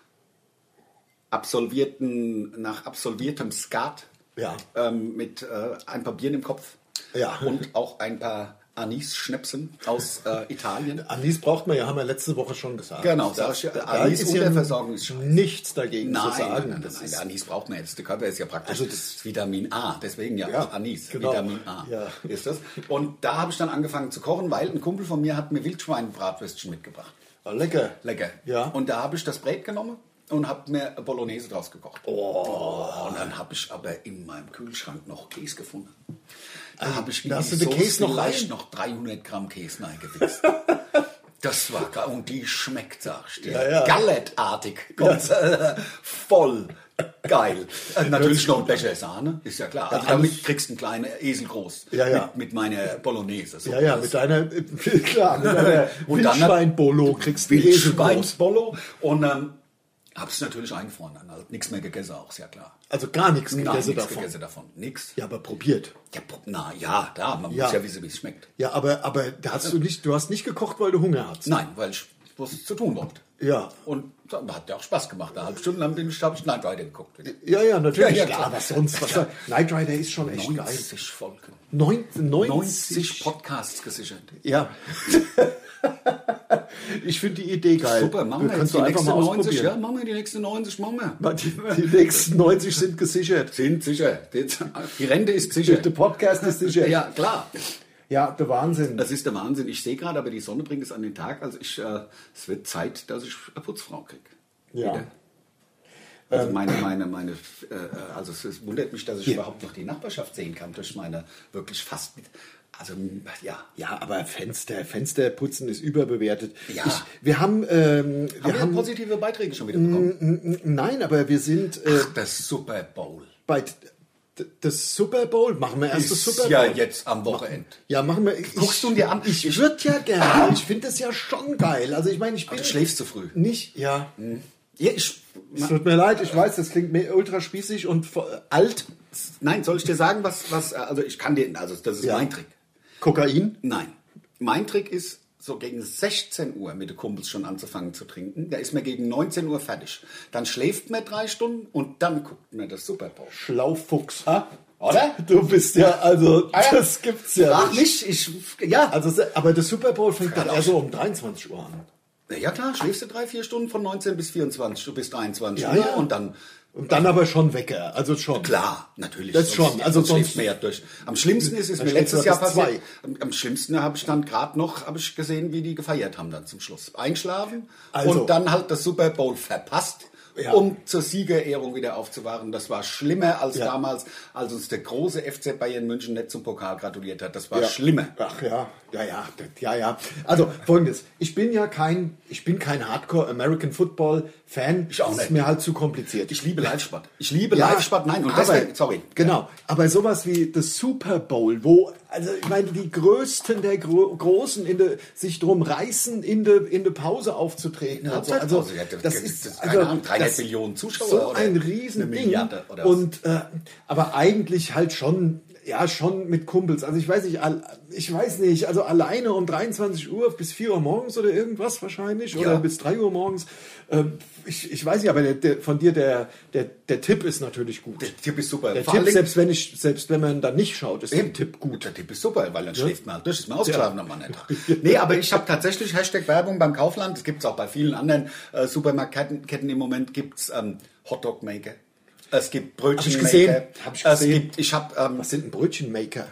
[SPEAKER 3] absolvierten, nach absolviertem Skat
[SPEAKER 1] Ja.
[SPEAKER 3] ähm, mit äh, ein paar Bieren im Kopf
[SPEAKER 1] Ja.
[SPEAKER 3] und auch ein paar Anis-Schnäpsen aus äh, Italien.
[SPEAKER 1] Anis braucht man ja, haben wir letzte Woche schon gesagt.
[SPEAKER 3] Genau,
[SPEAKER 1] da,
[SPEAKER 3] sag ich ja,
[SPEAKER 1] da
[SPEAKER 3] Anis
[SPEAKER 1] ist ja
[SPEAKER 3] Unterversorgung ist scheiße.
[SPEAKER 1] nichts dagegen
[SPEAKER 3] Nein,
[SPEAKER 1] zu
[SPEAKER 3] nein,
[SPEAKER 1] sagen.
[SPEAKER 3] nein,
[SPEAKER 1] das
[SPEAKER 3] nein,
[SPEAKER 1] ist
[SPEAKER 3] der Anis braucht man jetzt. Der Körper ist ja praktisch.
[SPEAKER 1] Also
[SPEAKER 3] Also
[SPEAKER 1] das-
[SPEAKER 3] das ist Vitamin A, deswegen ja,
[SPEAKER 1] Ja,
[SPEAKER 3] auch Anis,
[SPEAKER 1] genau.
[SPEAKER 3] Vitamin A
[SPEAKER 1] Ja.
[SPEAKER 3] ist das. Und da habe ich dann angefangen zu kochen, weil ein Kumpel von mir hat mir Wildschweinbratwürstchen mitgebracht.
[SPEAKER 1] Ah, lecker.
[SPEAKER 3] Lecker.
[SPEAKER 1] Ja.
[SPEAKER 3] Und da habe ich das Brett genommen und habe mir Bolognese draus gekocht. Oh. Und dann habe ich aber in meinem Kühlschrank noch Käse gefunden. Da habe ich in
[SPEAKER 1] Ähm, da hast
[SPEAKER 3] die
[SPEAKER 1] du den
[SPEAKER 3] Soße
[SPEAKER 1] Käse noch
[SPEAKER 3] vielleicht
[SPEAKER 1] rein?
[SPEAKER 3] noch 300 Gramm Käse reingewichst. Das war geil. Und die schmeckt, sag ich dir.
[SPEAKER 1] Ja, ja.
[SPEAKER 3] Gallettartig. Ganz äh, voll geil. Äh, natürlich noch ein Becher Sahne, ist ja klar. Also damit kriegst du einen kleinen Esel groß.
[SPEAKER 1] Ja, ja.
[SPEAKER 3] Mit, mit meiner Bolognese. So
[SPEAKER 1] Ja, ja,
[SPEAKER 3] das-
[SPEAKER 1] mit deiner, klar, mit deiner
[SPEAKER 3] Und dann-
[SPEAKER 1] Wildschweinbolo kriegst du Wildschwein.
[SPEAKER 3] Wildschweinsbollo. Und ähm, hab's natürlich eingefroren. Dann halt nichts mehr gegessen, auch sehr klar.
[SPEAKER 1] Also gar nichts
[SPEAKER 3] Nein,
[SPEAKER 1] gegessen
[SPEAKER 3] nichts
[SPEAKER 1] davon.
[SPEAKER 3] gegessen davon. Nix.
[SPEAKER 1] Ja, aber probiert.
[SPEAKER 3] Ja, prob- na ja, da, man
[SPEAKER 1] Ja.
[SPEAKER 3] muss ja wissen, wie es schmeckt.
[SPEAKER 1] Ja, aber, aber da hast du nicht, du hast nicht gekocht, weil du Hunger hattest.
[SPEAKER 3] Nein, weil ich was zu tun wollte.
[SPEAKER 1] Ja.
[SPEAKER 3] Und dann hat ja auch Spaß gemacht. Eine halbe Stunde lang bin ich, habe ich Night Rider geguckt.
[SPEAKER 1] Ja, ja, natürlich.
[SPEAKER 3] Ja, ja,
[SPEAKER 1] klar,
[SPEAKER 3] klar.
[SPEAKER 1] aber sonst, was
[SPEAKER 3] Ja.
[SPEAKER 1] Night Rider ist schon echt geil.
[SPEAKER 3] 90 Folgen.
[SPEAKER 1] Neun,
[SPEAKER 3] 90 Podcasts gesichert.
[SPEAKER 1] Ja. ich finde die Idee geil.
[SPEAKER 3] Super, machen wir jetzt
[SPEAKER 1] Kannst du
[SPEAKER 3] die
[SPEAKER 1] einfach
[SPEAKER 3] nächste
[SPEAKER 1] mal
[SPEAKER 3] 90.
[SPEAKER 1] ausprobieren.
[SPEAKER 3] Ja, machen wir die nächste 90, machen wir.
[SPEAKER 1] Mal Die, die nächsten 90 sind gesichert.
[SPEAKER 3] Sind sicher. Die die Rente ist sicher.
[SPEAKER 1] Der Podcast ist sicher.
[SPEAKER 3] Ja, klar.
[SPEAKER 1] ja der Wahnsinn.
[SPEAKER 3] Das ist der Wahnsinn. Ich sehe gerade, aber die Sonne bringt es an den Tag. Also ich, äh, es wird Zeit, dass ich eine Putzfrau kriege.
[SPEAKER 1] Ja.
[SPEAKER 3] Also meine, meine, meine, äh, also es, es wundert mich, dass ich überhaupt noch die Nachbarschaft sehen kann durch meine wirklich fast, mit, also m, ja.
[SPEAKER 1] Ja, aber Fenster, Fensterputzen ist überbewertet.
[SPEAKER 3] Ja.
[SPEAKER 1] Ich, wir haben, ähm,
[SPEAKER 3] Haben
[SPEAKER 1] wir
[SPEAKER 3] wir
[SPEAKER 1] haben,
[SPEAKER 3] positive Beiträge schon wieder bekommen?
[SPEAKER 1] nein, aber wir sind äh,
[SPEAKER 3] Ach, das Super Bowl.
[SPEAKER 1] bei d- d- das Super Bowl. Machen wir erst das Super Bowl.
[SPEAKER 3] ja jetzt am Wochenende.
[SPEAKER 1] Ja, machen wir. Ich,
[SPEAKER 3] Guckst du dir an?
[SPEAKER 1] Ich, würde ja gerne. Ich finde das ja schon geil. Also ich meine, ich bin
[SPEAKER 3] Aber du schläfst zu früh.
[SPEAKER 1] nicht. Ja.
[SPEAKER 3] Ja, ich,
[SPEAKER 1] Es tut mir leid. Ich weiß, das klingt mir ultra spießig und vor- alt.
[SPEAKER 3] nein, soll ich dir sagen, was, was, äh, also ich kann dir, also das ist
[SPEAKER 1] Ja.
[SPEAKER 3] mein Trick.
[SPEAKER 1] Kokain.
[SPEAKER 3] Nein. Mein Trick ist, so gegen 16 Uhr mit den Kumpels schon anzufangen zu trinken. Da ist man gegen 19 Uhr fertig. Dann schläft man drei Stunden und dann guckt man das Super Bowl.
[SPEAKER 1] Schlaufuchs.
[SPEAKER 3] Oder?
[SPEAKER 1] Ah. Du bist ja also.
[SPEAKER 3] Ah ja.
[SPEAKER 1] Das gibt's ja.
[SPEAKER 3] Frag
[SPEAKER 1] Nicht.
[SPEAKER 3] mich, ich, ja.
[SPEAKER 1] Also, se- aber das Super Bowl fängt dann
[SPEAKER 3] Frag
[SPEAKER 1] eher so um 23 Uhr an.
[SPEAKER 3] ja klar, schläfst du drei, vier Stunden von 19 bis 24, bis 23
[SPEAKER 1] Ja,
[SPEAKER 3] Uhr
[SPEAKER 1] ja.
[SPEAKER 3] und dann,
[SPEAKER 1] Und dann aber schon Wecker. Also schon.
[SPEAKER 3] klar, natürlich.
[SPEAKER 1] Das schon, also sonst-
[SPEAKER 3] schläft man ja durch. Am schlimmsten ist es
[SPEAKER 1] Dann
[SPEAKER 3] mir
[SPEAKER 1] schläft
[SPEAKER 3] letztes
[SPEAKER 1] man
[SPEAKER 3] Jahr
[SPEAKER 1] bis
[SPEAKER 3] passiert. Am, am schlimmsten habe ich dann gerade noch, habe ich gesehen, wie die gefeiert haben dann zum Schluss. Einschlafen
[SPEAKER 1] Also-
[SPEAKER 3] und dann halt das Super Bowl verpasst.
[SPEAKER 1] Ja.
[SPEAKER 3] Um zur Siegerehrung wieder aufzuwachen. Das war schlimmer als
[SPEAKER 1] Ja.
[SPEAKER 3] damals, als uns der große FC Bayern München nicht zum Pokal gratuliert hat. Das war
[SPEAKER 1] Ja.
[SPEAKER 3] schlimmer.
[SPEAKER 1] Ach ja, ja, ja, ja, ja. Also folgendes, ich bin ja kein, ich bin kein Hardcore American Football Fan.
[SPEAKER 3] Ich auch
[SPEAKER 1] Das ist
[SPEAKER 3] nicht.
[SPEAKER 1] mir halt zu kompliziert.
[SPEAKER 3] Ich liebe Live-Sport. Ich liebe
[SPEAKER 1] Ja,
[SPEAKER 3] Live-Sport. Nein, und
[SPEAKER 1] aber,
[SPEAKER 3] deswegen, sorry.
[SPEAKER 1] Genau, aber sowas wie das Super Bowl, wo, also ich meine, die Größten der Gro Großen in de, sich drum reißen, in der in de Pause aufzutreten. Also, also
[SPEAKER 3] Halbzeitpause, ja, das-
[SPEAKER 1] das
[SPEAKER 3] das-
[SPEAKER 1] ist,
[SPEAKER 3] das-
[SPEAKER 1] also,
[SPEAKER 3] keine Ahnung, 300
[SPEAKER 1] das-
[SPEAKER 3] Millionen Zuschauer
[SPEAKER 1] So
[SPEAKER 3] oder
[SPEAKER 1] ein
[SPEAKER 3] eine
[SPEAKER 1] Riesending.
[SPEAKER 3] Milliarde oder was?
[SPEAKER 1] Und, äh, aber eigentlich halt schon, ja, schon mit Kumpels. Also ich weiß nicht, al- ich weiß nicht, also alleine um 23 Uhr bis 4 Uhr morgens oder irgendwas wahrscheinlich oder
[SPEAKER 3] Ja.
[SPEAKER 1] bis 3 Uhr morgens. Ähm, ich, ich weiß nicht, aber der, der, von dir der, der, der Tipp ist natürlich gut.
[SPEAKER 3] Der Tipp ist super.
[SPEAKER 1] Der
[SPEAKER 3] Vor
[SPEAKER 1] Tipp,
[SPEAKER 3] allen Dingen-
[SPEAKER 1] selbst wenn, ich, selbst wenn man dann nicht schaut, ist der
[SPEAKER 3] Eben.
[SPEAKER 1] Tipp gut.
[SPEAKER 3] Der Tipp ist super, weil dann schläft man halt durch. Ist man ausgeschlafen am anderen Tag. Nee, aber ich habe tatsächlich Hashtag Werbung beim Kaufland. Das gibt es auch bei vielen anderen äh, Supermarktketten Ketten im Moment. Gibt es ähm, Hotdog-Maker. Es gibt Brötchen.
[SPEAKER 1] gesehen. Hab ich
[SPEAKER 3] es
[SPEAKER 1] gesehen.
[SPEAKER 3] gibt, ich habe, ähm,
[SPEAKER 1] Was sind ein Brötchenmaker?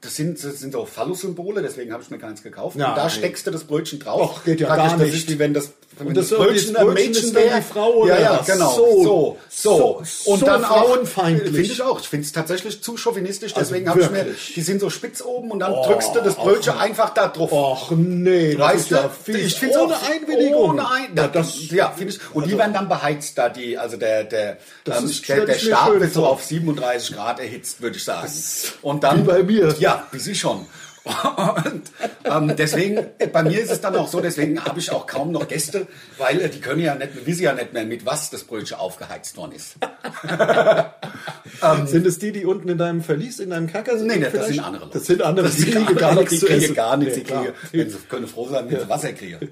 [SPEAKER 3] das sind, das sind so Phallus-Symbole, deswegen habe ich mir keins gekauft.
[SPEAKER 1] Ja,
[SPEAKER 3] und da
[SPEAKER 1] nee.
[SPEAKER 3] steckst du das Brötchen drauf.
[SPEAKER 1] Och, geht ja
[SPEAKER 3] Praktisch,
[SPEAKER 1] gar
[SPEAKER 3] das
[SPEAKER 1] nicht.
[SPEAKER 3] Ist, wie wenn das
[SPEAKER 1] Und das Brötchen, das Brötchen ist dann die Frau
[SPEAKER 3] ja,
[SPEAKER 1] oder
[SPEAKER 3] ja,
[SPEAKER 1] was?
[SPEAKER 3] genau. So,
[SPEAKER 1] So,
[SPEAKER 3] so,
[SPEAKER 1] so,
[SPEAKER 3] und
[SPEAKER 1] so
[SPEAKER 3] dann auch
[SPEAKER 1] frauenfeindlich.
[SPEAKER 3] Finde ich auch. Ich finde es tatsächlich zu chauvinistisch. Deswegen
[SPEAKER 1] Also
[SPEAKER 3] habe ich mir,
[SPEAKER 1] wirklich. Oh,
[SPEAKER 3] die sind so spitz oben und dann drückst du das Brötchen einfach da drauf.
[SPEAKER 1] Ach nee, das
[SPEAKER 3] Weißt
[SPEAKER 1] ist ja
[SPEAKER 3] du,
[SPEAKER 1] fies.
[SPEAKER 3] ich finde
[SPEAKER 1] ohne
[SPEAKER 3] auch,
[SPEAKER 1] Einwilligung.
[SPEAKER 3] Ohne ein,
[SPEAKER 1] ja,
[SPEAKER 3] ja,
[SPEAKER 1] das, also
[SPEAKER 3] ja finde ich. Und die werden dann beheizt, da die, also der, der,
[SPEAKER 1] Das
[SPEAKER 3] ähm,
[SPEAKER 1] ist-
[SPEAKER 3] der,
[SPEAKER 1] stell
[SPEAKER 3] der
[SPEAKER 1] ich mir
[SPEAKER 3] Stab
[SPEAKER 1] schön
[SPEAKER 3] wird so
[SPEAKER 1] vor.
[SPEAKER 3] auf 37 Grad erhitzt, würde ich sagen. Und dann,
[SPEAKER 1] wie bei mir.
[SPEAKER 3] Ja, wie sie schon. Und ähm, deswegen, äh, bei mir ist es dann auch so, deswegen habe ich auch kaum noch Gäste, weil äh, die können ja nicht, wissen ja nicht mehr, mit was das Brötchen aufgeheizt worden ist.
[SPEAKER 1] sind es die, die unten in deinem Verlies, in deinem Kerker sind?
[SPEAKER 3] ähm, Nee, das
[SPEAKER 1] vielleicht?
[SPEAKER 3] sind andere Leute.
[SPEAKER 1] Das sind andere,
[SPEAKER 3] Das sind andere, die
[SPEAKER 1] zu
[SPEAKER 3] kriegen
[SPEAKER 1] essen.
[SPEAKER 3] gar nichts.
[SPEAKER 1] Nee,
[SPEAKER 3] die
[SPEAKER 1] klar.
[SPEAKER 3] kriegen, wenn sie können froh sein, wenn sie Wasser kriegen.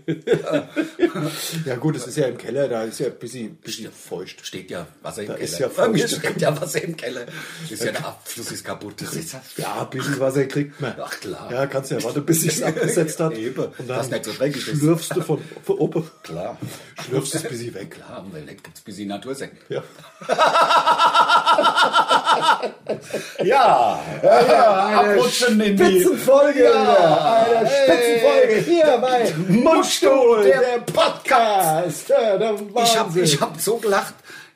[SPEAKER 1] Ja gut, es ist ja im Keller, da ist ja ein bisschen, bisschen feucht.
[SPEAKER 3] Steht ja Wasser im Keller.
[SPEAKER 1] ist ja
[SPEAKER 3] Bei mir
[SPEAKER 1] Feucht.
[SPEAKER 3] steht ja Wasser im Keller. Ist ja der Abfluss ist kaputt. Das ist ja
[SPEAKER 1] Ja, ein bisschen Wasser kriegt man.
[SPEAKER 3] Ach, klar.
[SPEAKER 1] Ja, kannst ja warten, bis sich's abgesetzt hat.
[SPEAKER 3] Eben.
[SPEAKER 1] Und
[SPEAKER 3] Das
[SPEAKER 1] dann
[SPEAKER 3] nicht so dreckig ist.
[SPEAKER 1] schlürfst du von, von oben,
[SPEAKER 3] klar.
[SPEAKER 1] schlürfst es ein bisschen weg.
[SPEAKER 3] Klar, und dann gibt es ein bisschen Natursäcke.
[SPEAKER 1] Ja.
[SPEAKER 3] Ja, abrutschen in die...
[SPEAKER 1] Spitzenfolge, ja. eine Spitzenfolge hier bei Mundstuhl,
[SPEAKER 3] der
[SPEAKER 1] Podcast. Ja, der
[SPEAKER 3] Ich habe ich hab so gelacht.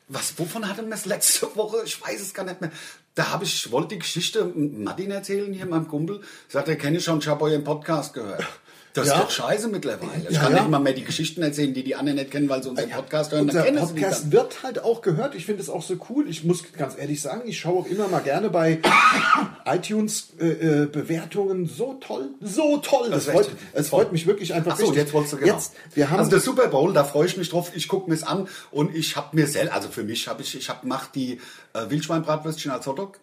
[SPEAKER 3] Was, wovon hatte man das letzte Woche? Ich weiß es gar nicht mehr. Da habe ich, ich wollte die Geschichte Martin erzählen, hier meinem Kumpel. Sagt er, kenne ich schon, ich habe euren Podcast gehört. Das
[SPEAKER 1] Ja.
[SPEAKER 3] ist doch scheiße mittlerweile. Ich
[SPEAKER 1] Ja,
[SPEAKER 3] kann
[SPEAKER 1] ja.
[SPEAKER 3] nicht mal mehr die Geschichten erzählen, die die anderen nicht kennen, weil sie unseren Podcast hören.
[SPEAKER 1] Unser
[SPEAKER 3] Dann kennen sie die
[SPEAKER 1] Podcast
[SPEAKER 3] dann.
[SPEAKER 1] wird halt auch gehört. Ich finde es auch so cool. Ich muss ganz ehrlich sagen, ich schaue auch immer mal gerne bei iTunes äh, äh, Bewertungen. So toll, so toll. Es
[SPEAKER 3] Das ist
[SPEAKER 1] freut,
[SPEAKER 3] echt
[SPEAKER 1] es
[SPEAKER 3] toll.
[SPEAKER 1] freut mich wirklich einfach.
[SPEAKER 3] Achso,
[SPEAKER 1] richtig.
[SPEAKER 3] jetzt wolltest du genau.
[SPEAKER 1] Jetzt, wir haben
[SPEAKER 3] also der Super Bowl, da freue ich mich drauf. Ich gucke mir's an und ich habe mir selbst, also für mich habe ich, ich habe macht die äh, Wildschweinbratwürstchen als Hotdog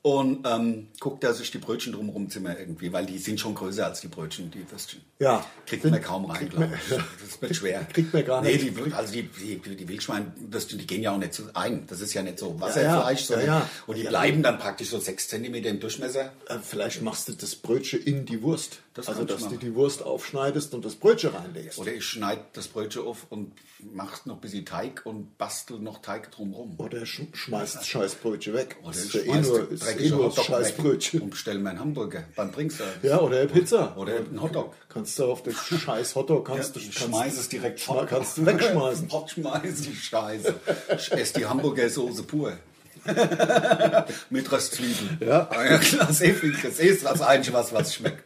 [SPEAKER 3] und ähm, guckt da sich die Brötchen drumherum zimmer irgendwie, weil die sind schon größer als die Brötchen, die Würstchen.
[SPEAKER 1] Ja.
[SPEAKER 3] Kriegt
[SPEAKER 1] Sind-
[SPEAKER 3] man kaum rein, glaube ich. Das wird schwer.
[SPEAKER 1] Kriegt man gar nicht.
[SPEAKER 3] Nee, die, Wür- also die, die, die Wildschweinwürstchen, die gehen ja auch nicht so ein. Das ist ja nicht so
[SPEAKER 1] Ja, ja.
[SPEAKER 3] Wasserfleisch, sondern
[SPEAKER 1] Ja, ja.
[SPEAKER 3] und die bleiben dann praktisch so sechs Zentimeter im Durchmesser.
[SPEAKER 1] äh, vielleicht machst du das Brötchen in die Wurst.
[SPEAKER 3] Das
[SPEAKER 1] also,
[SPEAKER 3] kann ich
[SPEAKER 1] dass du
[SPEAKER 3] machen.
[SPEAKER 1] die Wurst aufschneidest und das Brötchen reinlegst.
[SPEAKER 3] Oder ich schneide das Brötchen auf und mache noch ein bisschen Teig und bastel noch Teig drumherum.
[SPEAKER 1] Oder sch schmeißt Scheißbrötchen weg.
[SPEAKER 3] Oder
[SPEAKER 1] Das
[SPEAKER 3] ich
[SPEAKER 1] ist ja eh
[SPEAKER 3] schmeiß
[SPEAKER 1] nur,
[SPEAKER 3] die
[SPEAKER 1] ist eh
[SPEAKER 3] dreckige
[SPEAKER 1] nur
[SPEAKER 3] Hotdog weg
[SPEAKER 1] Scheißbrötchen.
[SPEAKER 3] Und bestelle meinen Hamburger beim Bringservice.
[SPEAKER 1] Ja, oder eine Pizza.
[SPEAKER 3] Oder einen Hotdog.
[SPEAKER 1] Kannst du auf den scheiß Hotdog kannst du
[SPEAKER 3] Ich
[SPEAKER 1] kannst-
[SPEAKER 3] schmeiß es direkt
[SPEAKER 1] schma- kannst du wegschmeißen.
[SPEAKER 3] Pott schmeiß die Scheiße. Ich esse die Hamburger Soße pur. Mit Röstzwiebeln.
[SPEAKER 1] Ja.
[SPEAKER 3] Ah ja klar, das ist das Einzige, was, was schmeckt.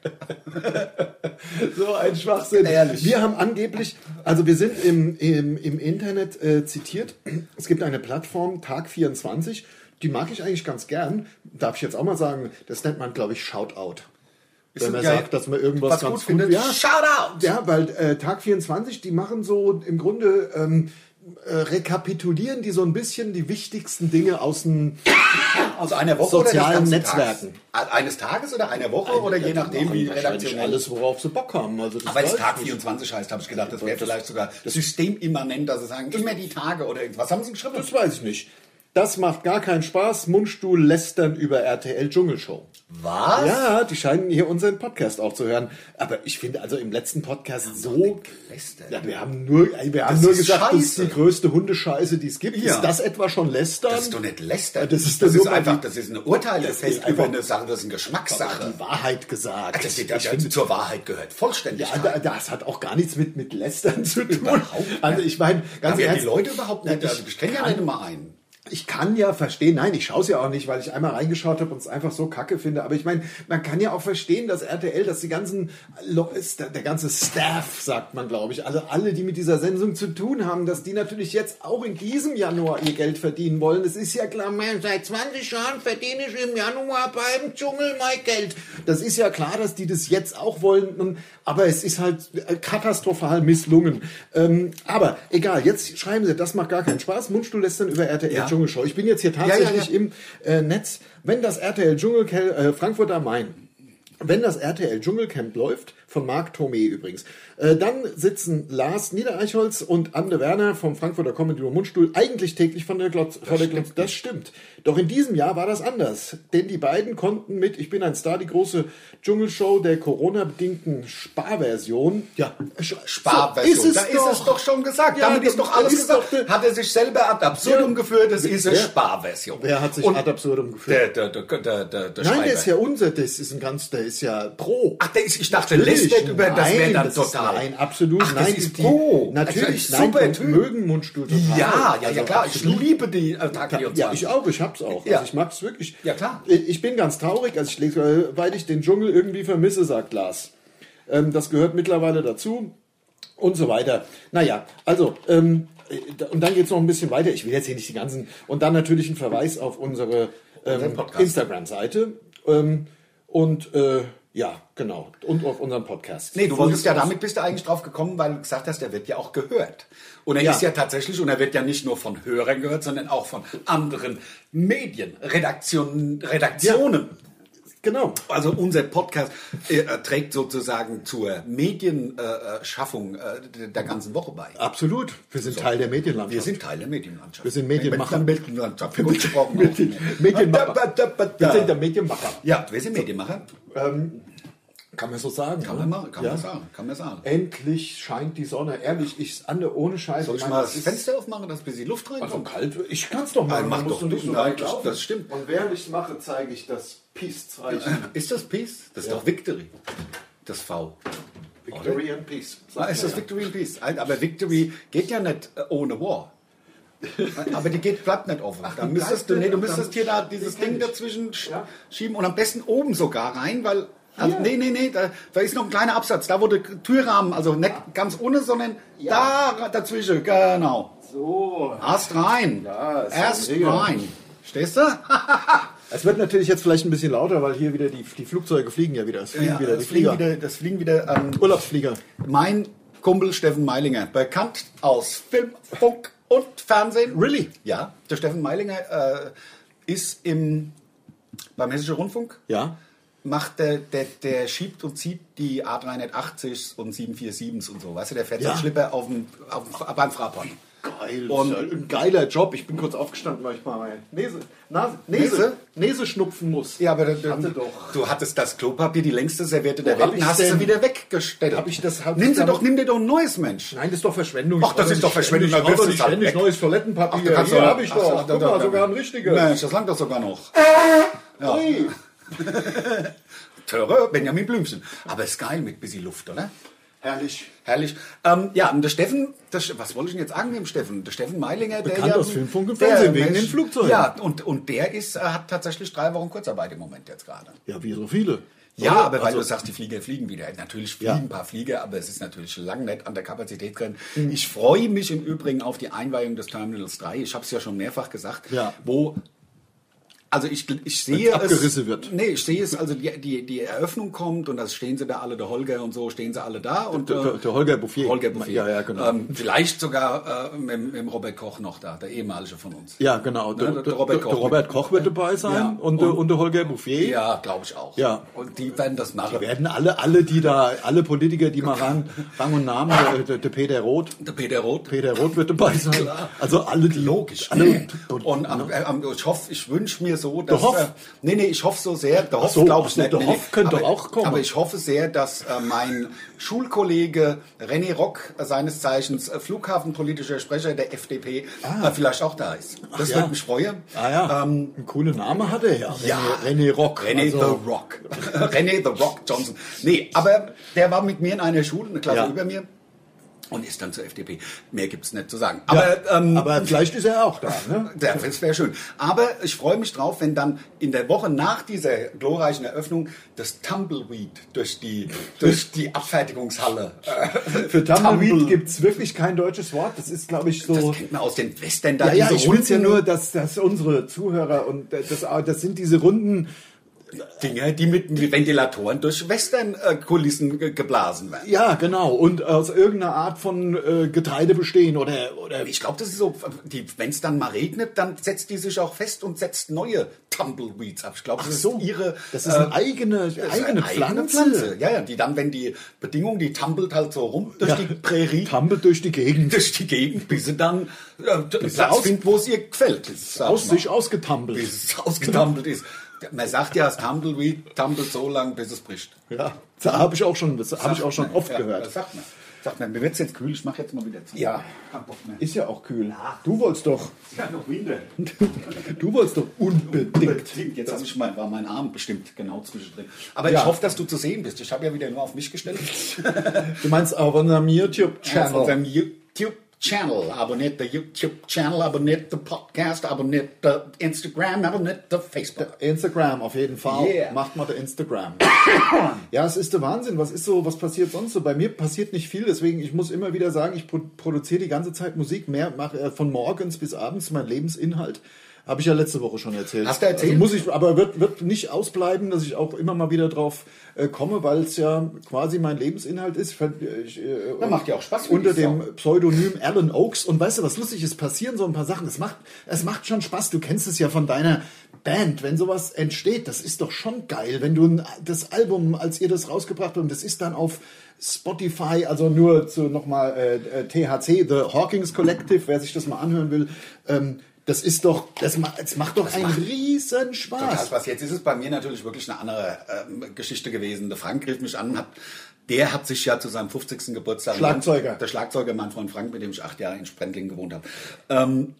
[SPEAKER 1] So ein Schwachsinn.
[SPEAKER 3] Ehrlich.
[SPEAKER 1] Wir haben angeblich, also wir sind im, im, im Internet äh, zitiert. Es gibt eine Plattform, Tag24, die mag ich eigentlich ganz gern. Darf ich jetzt auch mal sagen, das nennt man, glaube ich, Shoutout. Wenn man
[SPEAKER 3] geil.
[SPEAKER 1] sagt, dass man irgendwas
[SPEAKER 3] Was
[SPEAKER 1] ganz
[SPEAKER 3] gut
[SPEAKER 1] gut,
[SPEAKER 3] findet.
[SPEAKER 1] ja,
[SPEAKER 3] Shoutout!
[SPEAKER 1] Ja, weil äh, Tag 24, die machen so im Grunde ähm, äh, rekapitulieren die so ein bisschen die wichtigsten Dinge aus dem
[SPEAKER 3] Aus einer Also Woche
[SPEAKER 1] Sozialen
[SPEAKER 3] oder des ganzen
[SPEAKER 1] Netzwerken.
[SPEAKER 3] Tages? Eines Tages oder einer Woche oder je nachdem, wie
[SPEAKER 1] redaktionell
[SPEAKER 3] redaktionell
[SPEAKER 1] alles, worauf sie Bock haben. Also das
[SPEAKER 3] Aber es
[SPEAKER 1] weiß ich
[SPEAKER 3] Tag
[SPEAKER 1] nicht.
[SPEAKER 3] 24 heißt, habe ich gedacht, das wäre vielleicht sogar systemimmanent, dass sie sagen, immer die Tage oder irgendwas. Was haben sie geschrieben?
[SPEAKER 1] Das weiß ich nicht. Das macht gar keinen Spaß. Mundstuhl lästern über RTL Dschungelshow.
[SPEAKER 3] Was?
[SPEAKER 1] Ja, die scheinen hier unseren Podcast auch zu hören. Aber ich finde also im letzten Podcast so.
[SPEAKER 3] Lästern.
[SPEAKER 1] Ja, wir haben nur, ey, wir haben
[SPEAKER 3] Das
[SPEAKER 1] nur
[SPEAKER 3] ist
[SPEAKER 1] gesagt, das ist
[SPEAKER 3] scheiße.
[SPEAKER 1] die größte Hundescheiße, die es gibt.
[SPEAKER 3] Ja.
[SPEAKER 1] Ist das etwa schon lästern?
[SPEAKER 3] Das ist doch nicht lästern.
[SPEAKER 1] Das ist
[SPEAKER 3] das
[SPEAKER 1] doch
[SPEAKER 3] ist
[SPEAKER 1] nur-
[SPEAKER 3] einfach, das ist eine Urteilsfest
[SPEAKER 1] ist
[SPEAKER 3] über
[SPEAKER 1] einfach-
[SPEAKER 3] eine Sache, das ist eine Geschmackssache.
[SPEAKER 1] die Wahrheit gesagt.
[SPEAKER 3] Das, das, das zur Wahrheit gehört
[SPEAKER 1] Ja,
[SPEAKER 3] Vollständigkeit.
[SPEAKER 1] da- das hat auch gar nichts mit, mit Lästern zu tun.
[SPEAKER 3] Überhaupt nicht.
[SPEAKER 1] Also ich meine, ganz
[SPEAKER 3] Haben ja die
[SPEAKER 1] ernst,
[SPEAKER 3] Leute überhaupt nicht.
[SPEAKER 1] Ja,
[SPEAKER 3] Also ich kenne ja
[SPEAKER 1] kann-
[SPEAKER 3] nicht mal einen.
[SPEAKER 1] Ich kann ja verstehen, nein, ich schaue es ja auch nicht, weil ich einmal reingeschaut habe und es einfach so kacke finde. Aber ich meine, man kann ja auch verstehen, dass RTL, dass die ganzen, Le- ist der der ganze Staff, sagt man, glaube ich, also alle, die mit dieser Sendung zu tun haben, dass die natürlich jetzt auch in diesem Januar ihr Geld verdienen wollen. Es ist ja klar, Mensch, seit 20 Jahren verdiene ich im Januar beim Dschungel mein Geld. Das ist ja klar, dass die das jetzt auch wollen. Und, aber es ist halt äh, katastrophal misslungen. Ähm, aber egal, jetzt schreiben sie, das macht gar keinen Spaß. Mundstuhl lässt dann über RTL
[SPEAKER 3] Ja.
[SPEAKER 1] Dschungelshow. Ich bin jetzt hier tatsächlich
[SPEAKER 3] ja.
[SPEAKER 1] im äh, Netz. Wenn das RTL Dschungelcamp äh, Frankfurt am Main, wenn das RTL Dschungelcamp läuft, von Marc Thomé übrigens, äh, dann sitzen Lars Niedereichholz und Anne Werner vom Frankfurter Comedy Duo Mundstuhl eigentlich täglich von der Glotz. Das, der Glotz. das stimmt. Doch in diesem Jahr war das anders, denn die beiden konnten mit Ich bin ein Star die große Dschungelshow der Corona-bedingten Sparversion. Ja, Sch-
[SPEAKER 3] Sparversion.
[SPEAKER 1] So ist es
[SPEAKER 3] da
[SPEAKER 1] doch.
[SPEAKER 3] ist es doch schon gesagt.
[SPEAKER 1] Ja,
[SPEAKER 3] Damit ist
[SPEAKER 1] das-
[SPEAKER 3] doch alles
[SPEAKER 1] das ist
[SPEAKER 3] gesagt.
[SPEAKER 1] doch-
[SPEAKER 3] hat er sich selber ad absurdum
[SPEAKER 1] Ja.
[SPEAKER 3] geführt. Das ist eine
[SPEAKER 1] Wer-
[SPEAKER 3] Sparversion.
[SPEAKER 1] Wer hat sich
[SPEAKER 3] Und
[SPEAKER 1] ad absurdum geführt?
[SPEAKER 3] der, der, der, der, der, der
[SPEAKER 1] Nein,
[SPEAKER 3] Schreiber.
[SPEAKER 1] der ist ja unser, das ist ein ganz, der ist ja pro.
[SPEAKER 3] Ach, der ist, ich dachte nicht
[SPEAKER 1] Natürlich.
[SPEAKER 3] über das
[SPEAKER 1] nein,
[SPEAKER 3] wäre dann
[SPEAKER 1] das
[SPEAKER 3] total.
[SPEAKER 1] Ist, nein, absolut.
[SPEAKER 3] Ach, das
[SPEAKER 1] nein,
[SPEAKER 3] ist
[SPEAKER 1] die,
[SPEAKER 3] pro.
[SPEAKER 1] Natürlich,
[SPEAKER 3] Also, super
[SPEAKER 1] nein, die
[SPEAKER 3] Typ.
[SPEAKER 1] mögen Mundstuhl
[SPEAKER 3] Ja,
[SPEAKER 1] total.
[SPEAKER 3] ja, ja,
[SPEAKER 1] Also
[SPEAKER 3] klar. Ich
[SPEAKER 1] absolut.
[SPEAKER 3] liebe die äh, Takri und
[SPEAKER 1] Ja,
[SPEAKER 3] Zwanzig.
[SPEAKER 1] ich auch, ich hab's auch.
[SPEAKER 3] Ja.
[SPEAKER 1] Also ich mag's wirklich.
[SPEAKER 3] Ja, klar.
[SPEAKER 1] Ich ich bin ganz traurig, also ich, lese, äh, weil ich den Dschungel irgendwie vermisse, sagt Lars. Ähm, das gehört mittlerweile dazu und so weiter. Naja, also, ähm, äh, da- und dann geht's noch ein bisschen weiter. Ich will jetzt hier nicht die ganzen. Und dann natürlich ein Verweis auf unsere ähm,
[SPEAKER 3] Podcast.
[SPEAKER 1] Instagram-Seite. Ähm, und äh, ja, genau. Und auf unseren Podcast.
[SPEAKER 3] Nee, du wolltest ja, damit bist du eigentlich drauf gekommen, weil du gesagt hast, er wird ja auch gehört. Und er
[SPEAKER 1] Ja.
[SPEAKER 3] ist ja tatsächlich, und er wird ja nicht nur von Hörern gehört, sondern auch von anderen Medien, Redaktion, Redaktionen.
[SPEAKER 1] Genau.
[SPEAKER 3] Also unser Podcast äh, äh, trägt sozusagen zur Medienschaffung äh, der ganzen Woche bei.
[SPEAKER 1] Absolut. Wir sind Teil der Medienlandschaft.
[SPEAKER 3] Wir sind Teil der Medienlandschaft.
[SPEAKER 1] Wir sind Medienmacher.
[SPEAKER 3] Medienlandschaft. Gut gesprochen.
[SPEAKER 1] Medienmacher. Wir sind der Medienmacher.
[SPEAKER 3] Ja, wir sind Medienmacher.
[SPEAKER 1] Kann man so sagen.
[SPEAKER 3] Kann
[SPEAKER 1] ne?
[SPEAKER 3] man, mal, kann
[SPEAKER 1] Ja.
[SPEAKER 3] man sagen. Kann man sagen.
[SPEAKER 1] Endlich scheint die Sonne. Ehrlich, ich ande ohne Scheiße.
[SPEAKER 3] Soll ich
[SPEAKER 1] meine,
[SPEAKER 3] mal
[SPEAKER 1] es
[SPEAKER 3] das
[SPEAKER 1] ist
[SPEAKER 3] Fenster aufmachen, dass ein bisschen Luft
[SPEAKER 1] Also
[SPEAKER 3] reinkommt?
[SPEAKER 1] kalt, ich kann's doch mal.
[SPEAKER 3] Ah, mach doch du, nein, das- das stimmt.
[SPEAKER 1] Und während ich's mache, zeige ich das Peace-Zeichen.
[SPEAKER 3] Ist das Peace? Das ist doch Victory. Das V.
[SPEAKER 1] Victory and Peace.
[SPEAKER 3] Ah, ist das Victory in Peace? Ein- Aber Victory geht ja nicht äh, ohne War. Aber die geht, bleibt nicht offen. Dann
[SPEAKER 1] die
[SPEAKER 3] müsstest
[SPEAKER 1] bleibt
[SPEAKER 3] du, nee,
[SPEAKER 1] nicht
[SPEAKER 3] du
[SPEAKER 1] und dann-
[SPEAKER 3] müsstest hier da
[SPEAKER 1] die
[SPEAKER 3] dieses
[SPEAKER 1] kenn
[SPEAKER 3] Ding
[SPEAKER 1] ich.
[SPEAKER 3] dazwischen sch-
[SPEAKER 1] Ja.
[SPEAKER 3] schieben und am besten oben sogar rein, weil. Also, nee, nee, nee, da, da ist noch ein kleiner Absatz. Da wurde Türrahmen, also nicht ganz ohne, sondern da dazwischen. Genau.
[SPEAKER 1] So.
[SPEAKER 3] Erst rein.
[SPEAKER 1] Ja, ist
[SPEAKER 3] Erst
[SPEAKER 1] eine Regel.
[SPEAKER 3] rein. Stehst du?
[SPEAKER 1] Es wird natürlich jetzt vielleicht ein bisschen lauter, weil hier wieder die, die Flugzeuge fliegen ja wieder. Es fliegen
[SPEAKER 3] Ja,
[SPEAKER 1] wieder die
[SPEAKER 3] das fliegen
[SPEAKER 1] Flieger.
[SPEAKER 3] wieder, das fliegen wieder ähm,
[SPEAKER 1] Urlaubsflieger.
[SPEAKER 3] Mein Kumpel Steffen Meilinger, bekannt aus Film, Funk und Fernsehen.
[SPEAKER 1] Really?
[SPEAKER 3] Ja, der Steffen Meilinger äh, ist im, beim Hessischen Rundfunk.
[SPEAKER 1] Ja.
[SPEAKER 3] Macht der, der, der schiebt und zieht die A380s und 747s und so. Weißt du, der fährt
[SPEAKER 1] Ja.
[SPEAKER 3] so Schlipper auf dem, auf dem, beim Fraport.
[SPEAKER 1] Geil.
[SPEAKER 3] Und-
[SPEAKER 1] ein geiler Job. Ich bin kurz aufgestanden, weil ich mal meine Nase, Nase,
[SPEAKER 3] Nase?
[SPEAKER 1] Nase, Nase schnupfen muss.
[SPEAKER 3] Ja, aber
[SPEAKER 1] ich hatte doch.
[SPEAKER 3] du hattest das Klopapier, die längste Serviette der
[SPEAKER 1] Wo hab
[SPEAKER 3] Welt, und
[SPEAKER 1] ich's
[SPEAKER 3] hast sie
[SPEAKER 1] denn?
[SPEAKER 3] wieder weggestellt.
[SPEAKER 1] Hab ich das- hab
[SPEAKER 3] nimm
[SPEAKER 1] ich
[SPEAKER 3] sie
[SPEAKER 1] da
[SPEAKER 3] doch,
[SPEAKER 1] noch-
[SPEAKER 3] nimm dir doch ein neues, Mensch.
[SPEAKER 1] Nein, das ist doch Verschwendung.
[SPEAKER 3] Ach, das ist doch Verschwendung,
[SPEAKER 1] Ich
[SPEAKER 3] dann
[SPEAKER 1] brauche
[SPEAKER 3] wirfst
[SPEAKER 1] doch
[SPEAKER 3] du's
[SPEAKER 1] nicht
[SPEAKER 3] halt
[SPEAKER 1] ständig
[SPEAKER 3] weg.
[SPEAKER 1] neues
[SPEAKER 3] Ach,
[SPEAKER 1] Toilettenpapier.
[SPEAKER 3] du kannst
[SPEAKER 1] Hier
[SPEAKER 3] doch-
[SPEAKER 1] habe ich
[SPEAKER 3] Ach,
[SPEAKER 1] doch.
[SPEAKER 3] ach, da,
[SPEAKER 1] Guck
[SPEAKER 3] da,
[SPEAKER 1] mal,
[SPEAKER 3] da.
[SPEAKER 1] sogar ein richtiges.
[SPEAKER 3] Mensch, das langt doch sogar noch.
[SPEAKER 1] Ui.
[SPEAKER 3] Töre Benjamin Blümchen. Aber ist geil mit bisschen Luft, oder?
[SPEAKER 1] Herrlich.
[SPEAKER 3] Herrlich. Ähm, ja, und der Steffen, der, Sch- was wollte ich denn jetzt sagen dem Steffen? Der Steffen Meilinger, der
[SPEAKER 1] Bekannt
[SPEAKER 3] ja,
[SPEAKER 1] aus Filmfunk und
[SPEAKER 3] der
[SPEAKER 1] Fernsehen, wegen
[SPEAKER 3] Mensch-
[SPEAKER 1] den Flugzeugen.
[SPEAKER 3] Ja, und, und der ist, äh, hat tatsächlich drei Wochen Kurzarbeit im Moment jetzt gerade.
[SPEAKER 1] Ja, wie so viele.
[SPEAKER 3] Ja,
[SPEAKER 1] Oder?
[SPEAKER 3] aber weil
[SPEAKER 1] Also,
[SPEAKER 3] du sagst, die Flieger fliegen wieder. Natürlich fliegen
[SPEAKER 1] Ja.
[SPEAKER 3] ein paar Flieger, aber es ist natürlich lang nicht an der Kapazität drin.
[SPEAKER 1] Mhm.
[SPEAKER 3] Ich freue mich im Übrigen auf die Einweihung des Terminals 3. Ich habe es ja schon mehrfach gesagt,
[SPEAKER 1] Ja.
[SPEAKER 3] wo also ich, ich sehe es,
[SPEAKER 1] abgerissen wird.
[SPEAKER 3] Nee, ich sehe es, also die, die, die Eröffnung kommt und da stehen sie da alle, der Holger und so, stehen sie alle da. Und, äh,
[SPEAKER 1] Der- der- der Holger Bouffier.
[SPEAKER 3] Holger Bouffier.
[SPEAKER 1] Ja, ja, genau.
[SPEAKER 3] Ähm, vielleicht sogar äh, mit, mit Robert Koch noch da, der ehemalige von uns.
[SPEAKER 1] Ja, genau. Der,
[SPEAKER 3] Ne, der
[SPEAKER 1] der,
[SPEAKER 3] Robert
[SPEAKER 1] Robert,
[SPEAKER 3] Koch.
[SPEAKER 1] Koch der Robert Koch wird dabei sein
[SPEAKER 3] Ja.
[SPEAKER 1] und, der- und der Holger Bouffier.
[SPEAKER 3] Ja, glaube ich auch.
[SPEAKER 1] Ja.
[SPEAKER 3] Und die werden das machen.
[SPEAKER 1] Wir werden alle, alle, die da, alle Politiker, die mal ran, Rang und Namen, der, der, der Peter Roth,
[SPEAKER 3] Der Peter Roth.
[SPEAKER 1] Peter Roth wird dabei sein. Also alle, die
[SPEAKER 3] Logisch.
[SPEAKER 1] Alle,
[SPEAKER 3] und am, äh, am, ich hoffe, ich wünsche mir so, dass.
[SPEAKER 1] Der ne? Hoff?
[SPEAKER 3] Äh, nee, nee, ich hoffe so sehr. Der Hoff,
[SPEAKER 1] so,
[SPEAKER 3] glaube ich
[SPEAKER 1] ach so,
[SPEAKER 3] nicht.
[SPEAKER 1] der
[SPEAKER 3] nee,
[SPEAKER 1] Hoff
[SPEAKER 3] nee.
[SPEAKER 1] könnte
[SPEAKER 3] aber,
[SPEAKER 1] auch kommen.
[SPEAKER 3] Aber ich hoffe sehr, dass äh, mein Schulkollege René Rock, äh, seines Zeichens äh, flughafenpolitischer Sprecher der FDP, äh, vielleicht auch da ist. Das
[SPEAKER 1] Ah. ja.
[SPEAKER 3] würde mich freuen.
[SPEAKER 1] ah ja,
[SPEAKER 3] Ähm,
[SPEAKER 1] einen coolen Namen hat er ja.
[SPEAKER 3] Ja.
[SPEAKER 1] René, René Rock.
[SPEAKER 3] René
[SPEAKER 1] Also-
[SPEAKER 3] The Rock. René The Rock Johnson. Nee, aber der war mit mir in einer Schule, eine Klasse
[SPEAKER 1] Ja.
[SPEAKER 3] über mir. Und ist dann zur FDP. Mehr gibt es nicht zu sagen. Aber, ähm,
[SPEAKER 1] aber vielleicht ist er auch da, ne?
[SPEAKER 3] Ja, das wäre schön. Aber ich freue mich drauf, wenn dann in der Woche nach dieser glorreichen Eröffnung das Tumbleweed durch die, durch die Abfertigungshalle. äh,
[SPEAKER 1] Für Tumbleweed
[SPEAKER 3] Tumble-
[SPEAKER 1] gibt es wirklich kein deutsches Wort. Das ist, glaube ich, so.
[SPEAKER 3] Das kennt man aus den Western da.
[SPEAKER 1] Ja, ja,
[SPEAKER 3] diese
[SPEAKER 1] ich will's ja
[SPEAKER 3] runden
[SPEAKER 1] nur, dass, dass unsere Zuhörer und äh, das, das sind diese runden.
[SPEAKER 3] Dinger, die mit mit Ventilatoren durch Western-Kulissen ge- geblasen werden.
[SPEAKER 1] Ja, genau. Und aus irgendeiner Art von äh, Getreide bestehen oder. oder
[SPEAKER 3] Ich glaube, das ist so, wenn es dann mal regnet, dann setzt die sich auch fest und setzt neue Tumbleweeds ab. Ich glaube, das ist ihre äh,
[SPEAKER 1] Äh, Das ist eine eigene,
[SPEAKER 3] Das ist
[SPEAKER 1] eigene
[SPEAKER 3] eine eigene
[SPEAKER 1] Pflanze.
[SPEAKER 3] Ja, ja, die dann, wenn die Bedingungen, die tumbelt halt so rum durch
[SPEAKER 1] Ja.
[SPEAKER 3] die Prärie,
[SPEAKER 1] Tumbelt durch die Gegend.
[SPEAKER 3] durch die Gegend, bis sie dann äh, einen Platz
[SPEAKER 1] aus-
[SPEAKER 3] findet, wo es ihr gefällt. sag ich
[SPEAKER 1] Aus
[SPEAKER 3] mal.
[SPEAKER 1] sich ausgetumbelt.
[SPEAKER 3] Bis es ausgetumbelt ist. Man sagt ja, das Tumbleweed tumbelt so lang, bis es bricht.
[SPEAKER 1] Ja, da habe ich auch schon, das habe ich auch schon oft
[SPEAKER 3] Ja,
[SPEAKER 1] gehört.
[SPEAKER 3] Das sagt man. Sagt man, mir wird's jetzt kühl, ich mache jetzt mal wieder zu.
[SPEAKER 1] Ja.
[SPEAKER 3] Kein Bock mehr.
[SPEAKER 1] Ist ja auch kühl. Du wolltest doch,
[SPEAKER 3] Ja, noch Winter.
[SPEAKER 1] du wolltest doch unbedingt.
[SPEAKER 3] Bedingt. Jetzt habe ich mein, war mein Arm bestimmt genau zwischendrin. Aber
[SPEAKER 1] Ja.
[SPEAKER 3] ich hoffe, dass du zu sehen bist. Ich habe ja wieder nur auf mich gestellt.
[SPEAKER 1] Du meinst auf unserem
[SPEAKER 3] Auf
[SPEAKER 1] YouTube-Channel.
[SPEAKER 3] unserem YouTube-Channel. Abonniert den YouTube-Channel, abonniert den Podcast, abonniert den Instagram, abonniert den Facebook.
[SPEAKER 1] Instagram auf jeden Fall.
[SPEAKER 3] Yeah.
[SPEAKER 1] Macht mal der Instagram. ja, es ist der Wahnsinn. Was ist so, was passiert sonst so? Bei mir passiert nicht viel, deswegen ich muss immer wieder sagen, ich pro produziere die ganze Zeit Musik, mehr mache äh, von morgens bis abends mein Lebensinhalt. Habe ich ja letzte Woche schon erzählt.
[SPEAKER 3] Hast du erzählt?
[SPEAKER 1] Also muss ich, aber wird, wird nicht ausbleiben, dass ich auch immer mal wieder drauf äh, komme, weil es ja quasi mein Lebensinhalt ist. Ich, ver- ich, äh,
[SPEAKER 3] Das macht ja auch Spaß. wenn
[SPEAKER 1] unter
[SPEAKER 3] ich so-
[SPEAKER 1] dem Pseudonym Alan Oakes. Und weißt du, was lustig ist? Passieren so ein paar Sachen. Es macht, es macht schon Spaß. Du kennst es ja von deiner Band. Wenn sowas entsteht, das ist doch schon geil. Wenn du ein- das Album, als ihr das rausgebracht habt, das ist dann auf Spotify, also nur zu nochmal äh, äh, THC, The Hawkins Collective, wer sich das mal anhören will. Ähm, das ist doch, das, ma das macht doch einen riesen Spaß.
[SPEAKER 3] Total Spaß. Jetzt ist es bei mir natürlich wirklich eine andere ähm, Geschichte gewesen. Der Frank rief mich an und hat, der hat sich ja zu seinem 50. Geburtstag...
[SPEAKER 1] Schlagzeuger.
[SPEAKER 3] Der Schlagzeuger, mein Freund Frank, mit dem ich acht Jahre in Sprendling gewohnt habe. Ähm,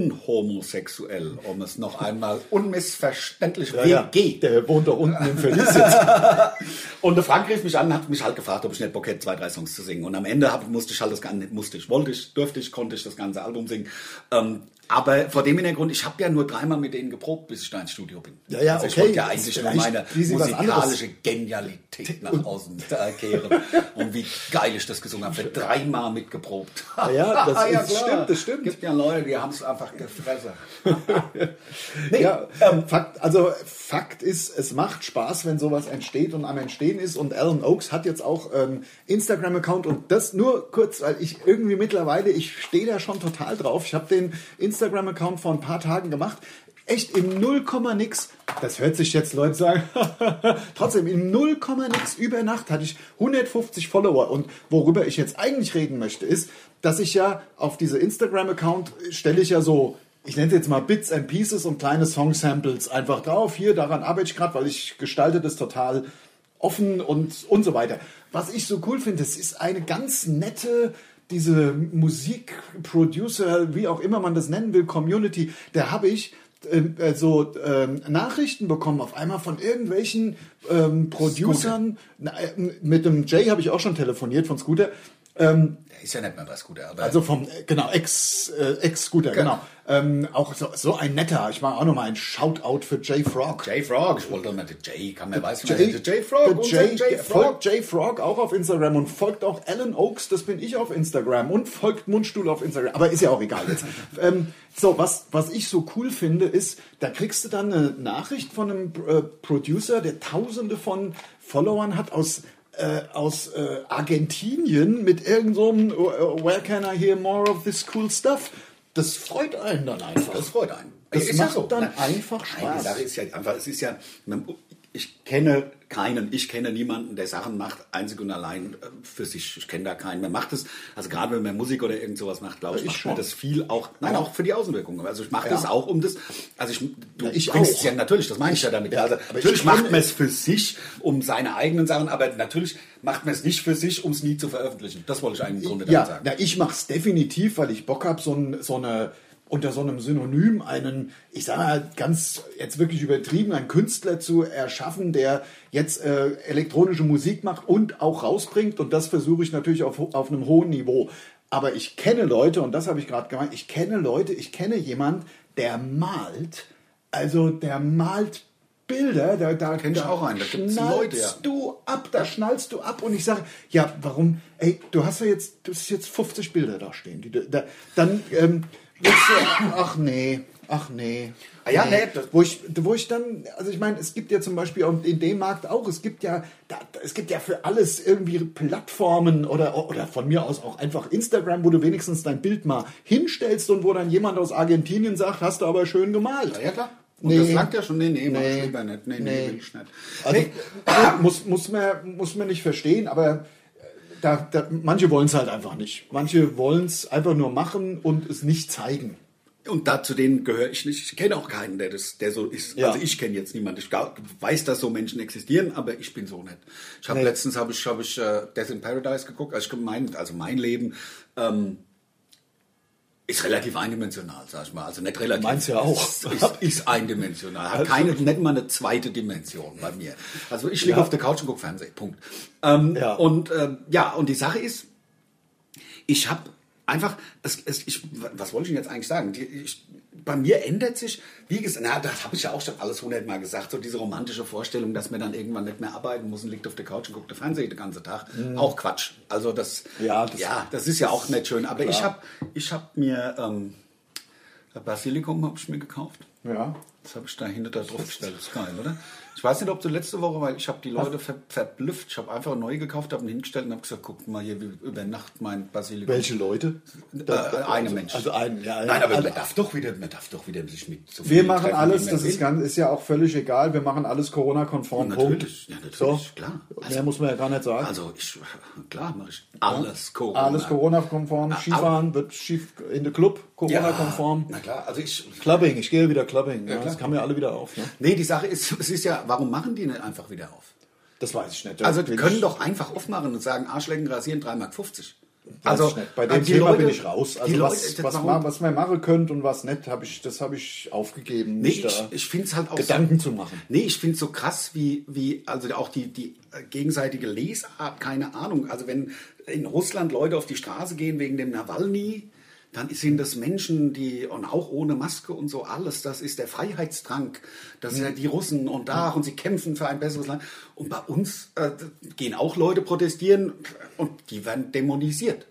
[SPEAKER 3] unhomosexuell, um es noch einmal unmissverständlich... WG.
[SPEAKER 1] Der wohnt doch unten im Feliz.
[SPEAKER 3] Und der Frank rief mich an und hat mich halt gefragt, ob ich nicht Bock hätte, zwei, drei Songs zu singen. Und am Ende hab, musste ich halt das Ganze, musste ich, wollte ich, durfte ich, konnte ich das ganze Album singen. Ähm, aber vor dem Hintergrund, ich habe ja nur dreimal mit denen geprobt, bis ich da ins Studio bin.
[SPEAKER 1] Ja, ja,
[SPEAKER 3] also ich
[SPEAKER 1] okay,
[SPEAKER 3] wollte ja
[SPEAKER 1] das
[SPEAKER 3] eigentlich nur
[SPEAKER 1] reicht,
[SPEAKER 3] meine
[SPEAKER 1] wie sie was
[SPEAKER 3] musikalische Genialität nach außen äh, kehren. und wie geil ich das gesungen habe. Ich hab dreimal mitgeprobt.
[SPEAKER 1] ja, das ist-
[SPEAKER 3] klar.
[SPEAKER 1] stimmt, das stimmt.
[SPEAKER 3] gibt ja Leute, die haben es einfach gefressen.
[SPEAKER 1] ja, Fakt, also Fakt ist, es macht Spaß, wenn sowas entsteht und am Entstehen ist. Und Alan Oakes hat jetzt auch einen Instagram-Account und das nur kurz, weil ich irgendwie mittlerweile, ich stehe da schon total drauf. Ich habe den Instagram-Account vor ein paar Tagen gemacht. Echt im 0, nix. Das hört sich jetzt Leute sagen. Trotzdem, im 0, nix über Nacht hatte ich 150 Follower. Und worüber ich jetzt eigentlich reden möchte, ist, dass ich ja auf diese Instagram-Account stelle ich ja so ich nenne es jetzt mal Bits and Pieces und kleine Song-Samples einfach drauf. Hier, daran arbeite ich gerade, weil ich gestalte das total offen und, und so weiter. Was ich so cool finde, es ist eine ganz nette, diese Musikproducer, wie auch immer man das nennen will, Community, da habe ich ähm, äh, so ähm, Nachrichten bekommen auf einmal von irgendwelchen ähm, Producern. Na, äh, mit dem Jay habe ich auch schon telefoniert von Scooter. Ähm,
[SPEAKER 3] Der ist ja nicht mehr was Gutes, aber...
[SPEAKER 1] also vom, äh, genau, Ex, äh, Ex-Scooter, genau. Ähm, auch so, so ein netter, ich mache auch nochmal ein Shoutout für Jay Frog.
[SPEAKER 3] Jay Frog, ich wollte doch mal den Jay, kann man weiß nicht. Jay Frog,
[SPEAKER 1] der
[SPEAKER 3] unser
[SPEAKER 1] Jay,
[SPEAKER 3] Jay Frog.
[SPEAKER 1] folgt Jay Frog auch auf Instagram und folgt auch Alan Oakes, das bin ich auf Instagram und folgt Mundstuhl auf Instagram, aber ist ja auch egal jetzt. ähm, so, was, was ich so cool finde, ist, da kriegst du dann eine Nachricht von einem äh, Producer, der tausende von Followern hat aus äh, aus äh, Argentinien mit irgendeinem so einem, äh, Where can I hear more of this cool stuff? Das freut einen dann einfach.
[SPEAKER 3] Das freut einen.
[SPEAKER 1] Das
[SPEAKER 3] Ist
[SPEAKER 1] macht dann einfach
[SPEAKER 3] Eine
[SPEAKER 1] Spaß.
[SPEAKER 3] Sache ist ja einfach, es ist ja, ich kenne keinen, ich kenne niemanden, der Sachen macht, einzig und allein äh, für sich. Ich kenne da keinen. Man macht es, also gerade wenn man Musik oder irgend sowas macht, glaube ich,
[SPEAKER 1] Ich
[SPEAKER 3] macht
[SPEAKER 1] schon.
[SPEAKER 3] man das viel auch, nein, auch für die Außenwirkung. Also ich mache das auch um das, also ich, du
[SPEAKER 1] Ja, ich
[SPEAKER 3] bringst
[SPEAKER 1] auch.
[SPEAKER 3] es ja natürlich, das meine ich ja damit.
[SPEAKER 1] Ja,
[SPEAKER 3] also,
[SPEAKER 1] aber ich
[SPEAKER 3] natürlich
[SPEAKER 1] kenne
[SPEAKER 3] macht man es für sich, um seine eigenen Sachen, aber natürlich macht man es nicht für sich, um es nie zu veröffentlichen. Das wollte ich eigentlich im Grunde damit
[SPEAKER 1] Ja,
[SPEAKER 3] sagen.
[SPEAKER 1] na, ich mache es definitiv, weil ich Bock habe, so, ein, so eine unter so einem Synonym einen, ich sage mal ganz jetzt wirklich übertrieben, einen Künstler zu erschaffen, der jetzt äh, elektronische Musik macht und auch rausbringt. Und das versuche ich natürlich auf, auf einem hohen Niveau. Aber ich kenne Leute, und das habe ich gerade gemeint, ich kenne Leute, ich kenne jemand, der malt, also der malt Bilder, da, da
[SPEAKER 3] Kenn ich
[SPEAKER 1] da
[SPEAKER 3] auch einen, da gibt's
[SPEAKER 1] schnallst
[SPEAKER 3] Leute, ja.
[SPEAKER 1] du ab, da schnallst du ab und ich sage, ja, warum, ey, du hast ja jetzt, du hast jetzt 50 Bilder da stehen, die, du- da, dann, ähm, willst du, ach nee, ach nee.
[SPEAKER 3] Ah ja, nee, das-
[SPEAKER 1] wo ich, wo ich dann, also ich meine, es gibt ja zum Beispiel auch in dem Markt auch, es gibt ja, da, da- es gibt ja für alles irgendwie Plattformen oder, oder von mir aus auch einfach Instagram, wo du wenigstens dein Bild mal hinstellst und wo dann jemand aus Argentinien sagt, hast du aber schön gemalt.
[SPEAKER 3] Ja, ja, klar. Und das langt ja schon. Nee, nee, mach ich lieber nicht. Nee, nee,
[SPEAKER 1] Nee.
[SPEAKER 3] will ich nicht.
[SPEAKER 1] Also, muss, muss, man, muss man nicht verstehen, aber äh, da, da, manche wollen es halt einfach nicht. Manche wollen es einfach nur machen und es nicht zeigen.
[SPEAKER 3] und da zu denen gehöre ich nicht. Ich kenne auch keinen, der das, der so ist.
[SPEAKER 1] Ja.
[SPEAKER 3] Also ich kenne jetzt niemanden. Ich gar- weiß, dass so Menschen existieren, aber ich bin so nicht. Ich habe letztens habe ich, habe ich äh, Death in Paradise geguckt. Also ich mein, also mein Leben ähm, ist relativ eindimensional, sag ich mal. Also nicht relativ.
[SPEAKER 1] Meins ja auch. Also.
[SPEAKER 3] Ist, ist, ist eindimensional. Hat keine, nicht mal eine zweite Dimension bei mir. Also ich liege
[SPEAKER 1] Ja.
[SPEAKER 3] auf der Couch und gucke Fernsehen. Punkt. Ähm,
[SPEAKER 1] Ja.
[SPEAKER 3] Und ähm, ja, und die Sache ist, ich habe einfach, es, es, ich, was wollte ich denn jetzt eigentlich sagen? Die, ich, bei mir ändert sich, wie gesagt, na, das habe ich ja auch schon alles hundertmal gesagt, so diese romantische Vorstellung, dass man dann irgendwann nicht mehr arbeiten muss und liegt auf der Couch und guckt den Fernseher den ganzen Tag. Auch Quatsch. Also das,
[SPEAKER 1] Ja,
[SPEAKER 3] das,
[SPEAKER 1] das-
[SPEAKER 3] ja, das ist ja auch nicht schön. Aber ich habe ich hab mir ähm, Basilikum habe ich mir gekauft.
[SPEAKER 4] Ja.
[SPEAKER 3] Das habe ich da hinter da drauf gestellt. Das ist geil, oder? Ich weiß nicht, ob du letzte Woche, weil ich habe die Leute ver verblüfft. Ich habe einfach neu gekauft, habe ihn hingestellt und habe gesagt, guckt mal hier wie über Nacht mein Basilikum.
[SPEAKER 1] Welche Leute?
[SPEAKER 3] Äh, eine Mensch.
[SPEAKER 1] Also einen, ja.
[SPEAKER 3] Nein, aber
[SPEAKER 1] also,
[SPEAKER 3] man darf doch wieder, man darf doch wieder sich mit so
[SPEAKER 4] Wir
[SPEAKER 3] vielen
[SPEAKER 4] machen
[SPEAKER 3] treffen,
[SPEAKER 4] alles,
[SPEAKER 3] wie
[SPEAKER 4] das
[SPEAKER 3] man
[SPEAKER 4] ist,
[SPEAKER 3] will.
[SPEAKER 4] ganz, ist ja auch völlig egal, wir machen alles Corona-konform.
[SPEAKER 3] Natürlich, ja, natürlich,
[SPEAKER 1] so.
[SPEAKER 3] klar.
[SPEAKER 1] Mehr muss man ja gar nicht sagen.
[SPEAKER 3] Also ich, klar mache ich alles
[SPEAKER 4] Punkt.
[SPEAKER 3] Corona. Ah,
[SPEAKER 4] Alles Corona-konform, Skifahren wird Skif in den Club,
[SPEAKER 3] Ja,
[SPEAKER 4] Corona-konform.
[SPEAKER 3] na klar, also ich,
[SPEAKER 1] Clubbing, ich gehe wieder Clubbing. Ja,
[SPEAKER 3] klar.
[SPEAKER 1] das kamen ja alle wieder auf. Ne?
[SPEAKER 3] nee, die Sache ist, es ist ja, warum machen die nicht einfach wieder auf?
[SPEAKER 1] Das weiß ich nicht.
[SPEAKER 3] Also die
[SPEAKER 1] Bin
[SPEAKER 3] können
[SPEAKER 1] ich-
[SPEAKER 3] doch einfach aufmachen und sagen, Arschlecken rasieren 3,50 Mark. Also,
[SPEAKER 1] ich nicht. Bei dem Thema bin ich raus. Also
[SPEAKER 3] die
[SPEAKER 1] was-
[SPEAKER 3] Leute,
[SPEAKER 4] Was,
[SPEAKER 3] warum-
[SPEAKER 4] ma- was man machen könnt und was nicht, hab ich, das habe ich aufgegeben.
[SPEAKER 3] Nee,
[SPEAKER 4] Nicht
[SPEAKER 3] ich,
[SPEAKER 4] da.
[SPEAKER 3] ich finde es halt auch
[SPEAKER 1] Gedanken
[SPEAKER 3] so,
[SPEAKER 1] zu machen.
[SPEAKER 3] Nee, ich finde es so krass, wie, wie also auch die, die äh, gegenseitige Lesart, keine Ahnung. Also wenn in Russland Leute auf die Straße gehen wegen dem Nawalny, dann sind das Menschen, die, und auch ohne Maske und so alles, das ist der Freiheitstrang. Das sind ja die Russen und da, und sie kämpfen für ein besseres Land. Und bei uns äh, gehen auch Leute protestieren und die werden dämonisiert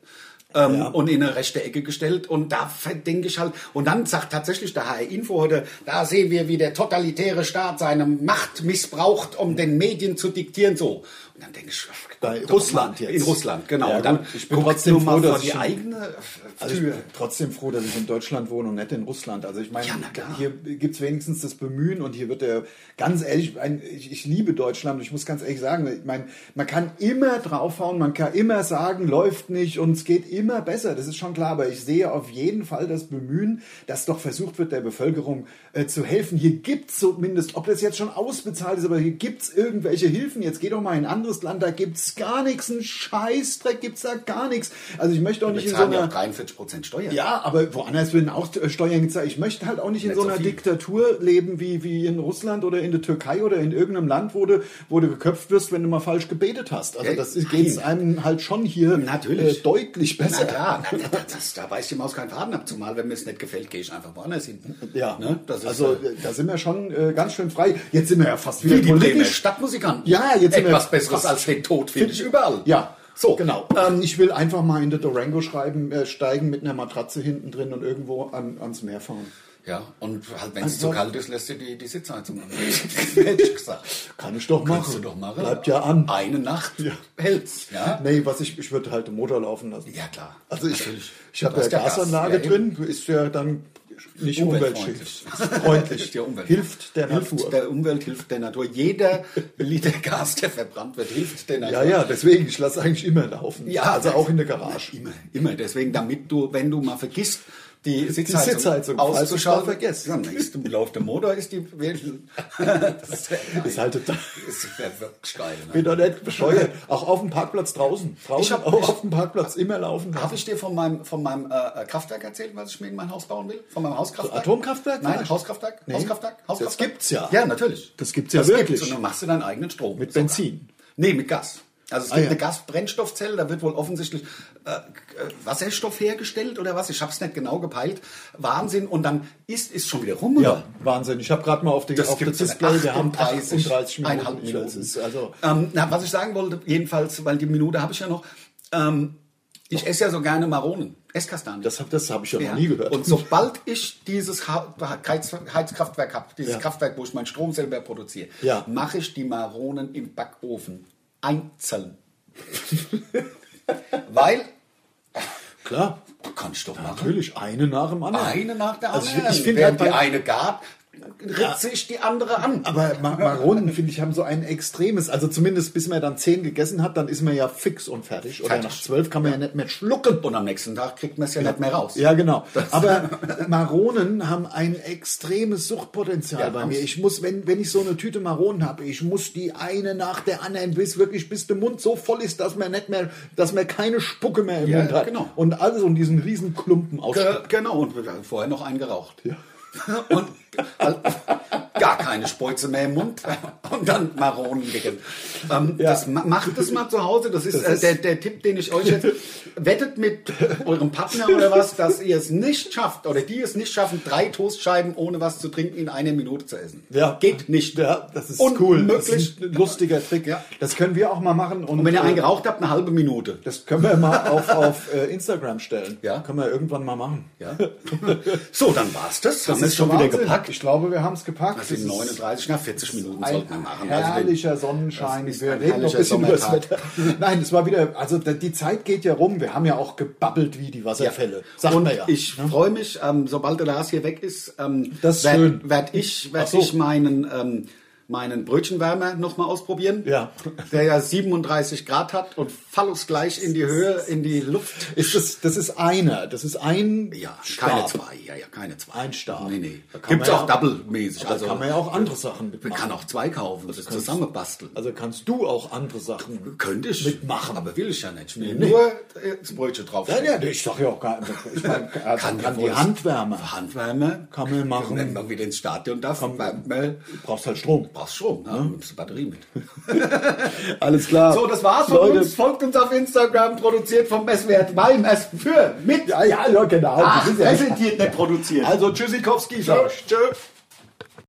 [SPEAKER 3] ähm, und in eine rechte Ecke gestellt. Und da denke ich halt, und dann sagt tatsächlich der HR Info heute, da sehen wir, wie der totalitäre Staat seine Macht missbraucht, um den Medien zu diktieren, so. Und dann denke ich, guck
[SPEAKER 1] Bei
[SPEAKER 3] doch
[SPEAKER 1] Russland jetzt.
[SPEAKER 3] In Russland, genau.
[SPEAKER 1] Ja,
[SPEAKER 3] Und dann
[SPEAKER 1] gut, ich bin
[SPEAKER 3] guckt
[SPEAKER 1] trotzdem
[SPEAKER 3] nur mal
[SPEAKER 1] froh,
[SPEAKER 3] vor
[SPEAKER 1] dass
[SPEAKER 3] die
[SPEAKER 1] ich-
[SPEAKER 3] eigene
[SPEAKER 1] Also ich
[SPEAKER 3] Tür.
[SPEAKER 1] bin trotzdem froh, dass ich in Deutschland wohne und nicht in Russland. Also ich meine,
[SPEAKER 3] Ja, na klar.
[SPEAKER 1] hier gibt es wenigstens das Bemühen und hier wird der, ganz ehrlich, ein, ich, ich liebe Deutschland und ich muss ganz ehrlich sagen, ich meine, man kann immer draufhauen, man kann immer sagen, läuft nicht und es geht immer besser, das ist schon klar, aber ich sehe auf jeden Fall das Bemühen, dass doch versucht wird, der Bevölkerung äh, zu helfen. Hier gibt es zumindest, ob das jetzt schon ausbezahlt ist, aber hier gibt es irgendwelche Hilfen. Jetzt geh doch mal in ein anderes Land, da gibt es gar nichts, ein Scheißdreck gibt es da gar nichts. Also ich möchte auch nicht
[SPEAKER 3] Wir
[SPEAKER 1] in so
[SPEAKER 3] zahlen ja
[SPEAKER 1] einer...
[SPEAKER 3] auch 43 Prozent Steuer.
[SPEAKER 1] Ja, aber woanders werden auch äh, Steuern gezahlt. Ich möchte halt auch nicht in
[SPEAKER 3] Nicht
[SPEAKER 1] so
[SPEAKER 3] so
[SPEAKER 1] einer
[SPEAKER 3] viel.
[SPEAKER 1] Diktatur leben wie, wie in Russland oder in der Türkei oder in irgendeinem Land, wo du, wo du geköpft wirst, wenn du mal falsch gebetet hast. Also
[SPEAKER 3] Ja,
[SPEAKER 1] das
[SPEAKER 3] nein.
[SPEAKER 1] geht einem halt schon hier
[SPEAKER 3] Natürlich.
[SPEAKER 1] äh, deutlich
[SPEAKER 3] Na
[SPEAKER 1] besser.
[SPEAKER 3] klar, na, da, das, da weiß ich ihm aus keinen Faden ab. Zumal, wenn mir es nicht gefällt, gehe ich einfach woanders hin.
[SPEAKER 1] Ja,
[SPEAKER 3] ne? das ist
[SPEAKER 1] also
[SPEAKER 3] äh,
[SPEAKER 1] äh, da sind wir schon äh, ganz schön frei. Jetzt sind wir ja fast wieder
[SPEAKER 3] wie die Bremer
[SPEAKER 1] politisch.
[SPEAKER 3] Stadtmusikanten.
[SPEAKER 1] Ja, jetzt sind wir
[SPEAKER 3] Etwas Besseres
[SPEAKER 1] fast-
[SPEAKER 3] als den Tod finde ich überall.
[SPEAKER 1] Ja,
[SPEAKER 3] So.
[SPEAKER 1] so genau. Ähm, ich will einfach mal in der Durango schreiben, äh, steigen mit einer Matratze hinten drin und irgendwo an, ans Meer fahren.
[SPEAKER 3] Ja, und halt, wenn es
[SPEAKER 1] Also-
[SPEAKER 3] zu kalt ist, lässt du die, die Sitzheizung an. Hätte ich gesagt.
[SPEAKER 1] Kann ich doch
[SPEAKER 3] Kannst du
[SPEAKER 1] machen.
[SPEAKER 3] doch machen.
[SPEAKER 1] Bleibt ja an.
[SPEAKER 3] Eine Nacht
[SPEAKER 1] Ja.
[SPEAKER 3] hält's. Ja?
[SPEAKER 1] Nee, was ich, ich würde halt den Motor laufen lassen.
[SPEAKER 3] ja, klar.
[SPEAKER 1] Also ich,
[SPEAKER 3] Natürlich.
[SPEAKER 1] ich habe
[SPEAKER 3] Du
[SPEAKER 1] ja
[SPEAKER 3] hast Gas.
[SPEAKER 1] Gasanlage
[SPEAKER 3] Ja, eben.
[SPEAKER 1] drin, ist ja dann nicht
[SPEAKER 3] Umweltfreundlich.
[SPEAKER 1] umweltschädlich. Freundlich.
[SPEAKER 3] Der Umwelt.
[SPEAKER 1] Hilft der Natur.
[SPEAKER 3] Hilft der Umwelt, hilft der Natur. Jeder Liter Gas, der verbrannt wird, hilft der Natur.
[SPEAKER 1] ja, ja, deswegen, ich lasse eigentlich immer laufen.
[SPEAKER 3] Ja,
[SPEAKER 1] also auch in der Garage.
[SPEAKER 3] Immer, immer. Deswegen, damit du, wenn du mal vergisst, die Sitzheizung,
[SPEAKER 1] Sitzheizung, falls
[SPEAKER 3] auszuschalten,
[SPEAKER 1] du mal vergisst.
[SPEAKER 3] Ja, nächst, du läuft der Motor, ist die. das ist,
[SPEAKER 1] Ist halt total.
[SPEAKER 3] ist ja wirklich geil. Ne?
[SPEAKER 1] Bin doch nicht bescheuert. Auch auf dem Parkplatz draußen. draußen
[SPEAKER 3] Ich hab-
[SPEAKER 1] auch
[SPEAKER 3] ich-
[SPEAKER 1] auf dem Parkplatz immer laufen.
[SPEAKER 3] Habe ich dir von meinem, von meinem äh, äh, Kraftwerk erzählt, was ich mir in mein Haus bauen will? Von meinem Hauskraftwerk?
[SPEAKER 1] Atomkraftwerk
[SPEAKER 3] Nein,
[SPEAKER 1] vielleicht?
[SPEAKER 3] Hauskraftwerk?
[SPEAKER 1] Nee.
[SPEAKER 3] Hauskraftwerk?
[SPEAKER 1] Das
[SPEAKER 3] Hauskraftwerk?
[SPEAKER 1] gibt's ja.
[SPEAKER 3] Ja, natürlich.
[SPEAKER 1] Das gibt's ja wirklich.
[SPEAKER 3] Und dann machst du deinen eigenen Strom.
[SPEAKER 1] Mit
[SPEAKER 3] Sogar.
[SPEAKER 1] Benzin.
[SPEAKER 3] Nee, mit Gas. Also es
[SPEAKER 1] Ah,
[SPEAKER 3] gibt
[SPEAKER 1] ja.
[SPEAKER 3] eine Gasbrennstoffzelle, da wird wohl offensichtlich äh, äh, Wasserstoff hergestellt oder was, ich habe es nicht genau gepeilt. Wahnsinn. Und dann ist ist schon wieder rum,
[SPEAKER 1] Ja,
[SPEAKER 3] oder?
[SPEAKER 1] Wahnsinn. Ich habe gerade mal auf, die,
[SPEAKER 3] Das
[SPEAKER 1] auf das
[SPEAKER 3] gibt's ja
[SPEAKER 1] Display, wir haben
[SPEAKER 3] 38,
[SPEAKER 1] 38 Minuten.
[SPEAKER 3] eineinhalb
[SPEAKER 1] Ja, das ist also,
[SPEAKER 3] Ähm, na, was ich sagen wollte, jedenfalls, weil die Minute habe ich ja noch, ähm, ich esse ja so gerne Maronen, Esskastanien.
[SPEAKER 1] das habe das hab ich ja,
[SPEAKER 3] Ja.
[SPEAKER 1] noch nie gehört.
[SPEAKER 3] Und sobald ich dieses Ha- Heiz Heizkraftwerk habe, dieses
[SPEAKER 1] Ja.
[SPEAKER 3] Kraftwerk, wo ich meinen Strom selber produziere,
[SPEAKER 1] Ja.
[SPEAKER 3] mache ich die Maronen im Backofen einzeln. Weil,
[SPEAKER 1] Klar,
[SPEAKER 3] kann ich doch machen.
[SPEAKER 1] natürlich, eine nach dem anderen.
[SPEAKER 3] Eine nach der
[SPEAKER 1] Also
[SPEAKER 3] anderen.
[SPEAKER 1] ich, ich finde
[SPEAKER 3] Während
[SPEAKER 1] halt bei,
[SPEAKER 3] die eine gart, ritzt sich die andere an.
[SPEAKER 1] Aber Ma Maronen, finde ich, haben so ein extremes, also zumindest bis man dann zehn gegessen hat, dann ist man ja fix und fertig. Oder
[SPEAKER 3] Fertig.
[SPEAKER 1] nach zwölf kann man ja, nicht mehr schlucken.
[SPEAKER 3] Und am nächsten Tag kriegt man es ja nicht mehr raus.
[SPEAKER 1] Ja, genau. Aber Maronen haben ein extremes Suchtpotenzial
[SPEAKER 3] Ja,
[SPEAKER 1] bei
[SPEAKER 3] haben's.
[SPEAKER 1] mir. Ich muss, wenn, wenn ich so eine Tüte Maronen habe, ich muss die eine nach der anderen, bis wirklich, bis der Mund so voll ist, dass man nicht mehr, dass man keine Spucke mehr im
[SPEAKER 3] Ja,
[SPEAKER 1] Mund hat.
[SPEAKER 3] genau.
[SPEAKER 1] Und alles und diesen riesen Klumpen aus.
[SPEAKER 3] Ge genau, und vorher noch einen geraucht. Und also, gar keine Speuze mehr im Mund und dann Maronen wickeln. Ähm, das, ma- macht das mal zu Hause. Das ist, äh, der, der Tipp, den ich euch jetzt wettet mit eurem Partner oder was, dass ihr es nicht schafft oder die es nicht schaffen, drei Toastscheiben ohne was zu trinken in einer Minute zu essen. Geht nicht.
[SPEAKER 1] Ja, das ist cool. Das
[SPEAKER 3] Unmöglich.
[SPEAKER 1] ist ein lustiger Trick.
[SPEAKER 3] Ja.
[SPEAKER 1] Das können wir auch mal machen. Und,
[SPEAKER 3] Und wenn ihr
[SPEAKER 1] äh,
[SPEAKER 3] einen geraucht habt, eine halbe Minute.
[SPEAKER 1] Das können wir mal auf, auf äh, Instagram stellen.
[SPEAKER 3] Ja.
[SPEAKER 1] Können wir irgendwann mal machen.
[SPEAKER 3] Ja. So, dann war's das. Haben wir es schon wieder
[SPEAKER 1] Wahnsinn.
[SPEAKER 3] gepackt.
[SPEAKER 1] Ich glaube, wir haben es gepackt.
[SPEAKER 3] Also
[SPEAKER 1] Das ist
[SPEAKER 3] 39, nach 40 Minuten
[SPEAKER 1] ein
[SPEAKER 3] sollten wir machen. Also den-
[SPEAKER 1] herrlicher Sonnenschein.
[SPEAKER 3] Das ist
[SPEAKER 1] Wir
[SPEAKER 3] ein
[SPEAKER 1] reden noch ein
[SPEAKER 3] herrlicher
[SPEAKER 1] bisschen über das
[SPEAKER 3] Sommertag.
[SPEAKER 1] Wetter. Nein, es war wieder, also da- die Zeit geht ja rum. Wir haben ja auch gebabbelt wie die Wasserfälle. Sagt
[SPEAKER 3] und
[SPEAKER 1] man ja. ne?
[SPEAKER 3] ich freue mich, ähm, sobald der Lars hier weg ist, ähm,
[SPEAKER 1] Das ist schön.
[SPEAKER 3] werde werd ich, werd
[SPEAKER 1] Ach so.
[SPEAKER 3] ich meinen, ähm, meinen Brötchenwärmer nochmal ausprobieren,
[SPEAKER 1] Ja.
[SPEAKER 3] der ja 37 Grad hat und fallusgleich in die Höhe, in die Luft.
[SPEAKER 1] ist das, das ist einer. Das ist ein
[SPEAKER 3] Ja,
[SPEAKER 1] Stab.
[SPEAKER 3] keine zwei, ja, ja, keine zwei.
[SPEAKER 1] Ein Stab.
[SPEAKER 3] Nee, nee.
[SPEAKER 1] Da kann
[SPEAKER 3] Gibt es
[SPEAKER 1] man
[SPEAKER 3] auch
[SPEAKER 1] ja-
[SPEAKER 3] double-mäßig.
[SPEAKER 1] Da
[SPEAKER 3] Also,
[SPEAKER 1] kann man ja auch andere Sachen
[SPEAKER 3] man
[SPEAKER 1] mitmachen.
[SPEAKER 3] kann auch zwei kaufen, das zusammenbasteln.
[SPEAKER 1] Also kannst du auch andere Sachen.
[SPEAKER 3] Könnte ich.
[SPEAKER 1] Mitmachen.
[SPEAKER 3] Aber will ich ja nicht. Ich will nur äh, das Brötchen drauf.
[SPEAKER 1] Nein, ja, ich sag ja auch gar nicht. Ich meine, also
[SPEAKER 3] Kann
[SPEAKER 1] kann,
[SPEAKER 3] ja wohl-
[SPEAKER 1] die Handwärme.
[SPEAKER 3] Handwärmer.
[SPEAKER 1] Kann man machen.
[SPEAKER 3] Wenn man wieder ins Stadion darf, kann man.
[SPEAKER 1] Du brauchst halt Strom.
[SPEAKER 3] Brauchst Strom, ne? nimmst du Batterie mit.
[SPEAKER 1] Alles klar.
[SPEAKER 3] So, das war's von
[SPEAKER 1] Leute.
[SPEAKER 3] uns. Folgt uns auf Instagram, produziert vom Messwert Weim, es für, mit.
[SPEAKER 1] Ja, ja, ja, genau.
[SPEAKER 3] Ach,
[SPEAKER 1] Das ist ja-
[SPEAKER 3] präsentiert, nicht produziert.
[SPEAKER 1] Also, Tschüssikowski. sag ich.
[SPEAKER 3] Tschö.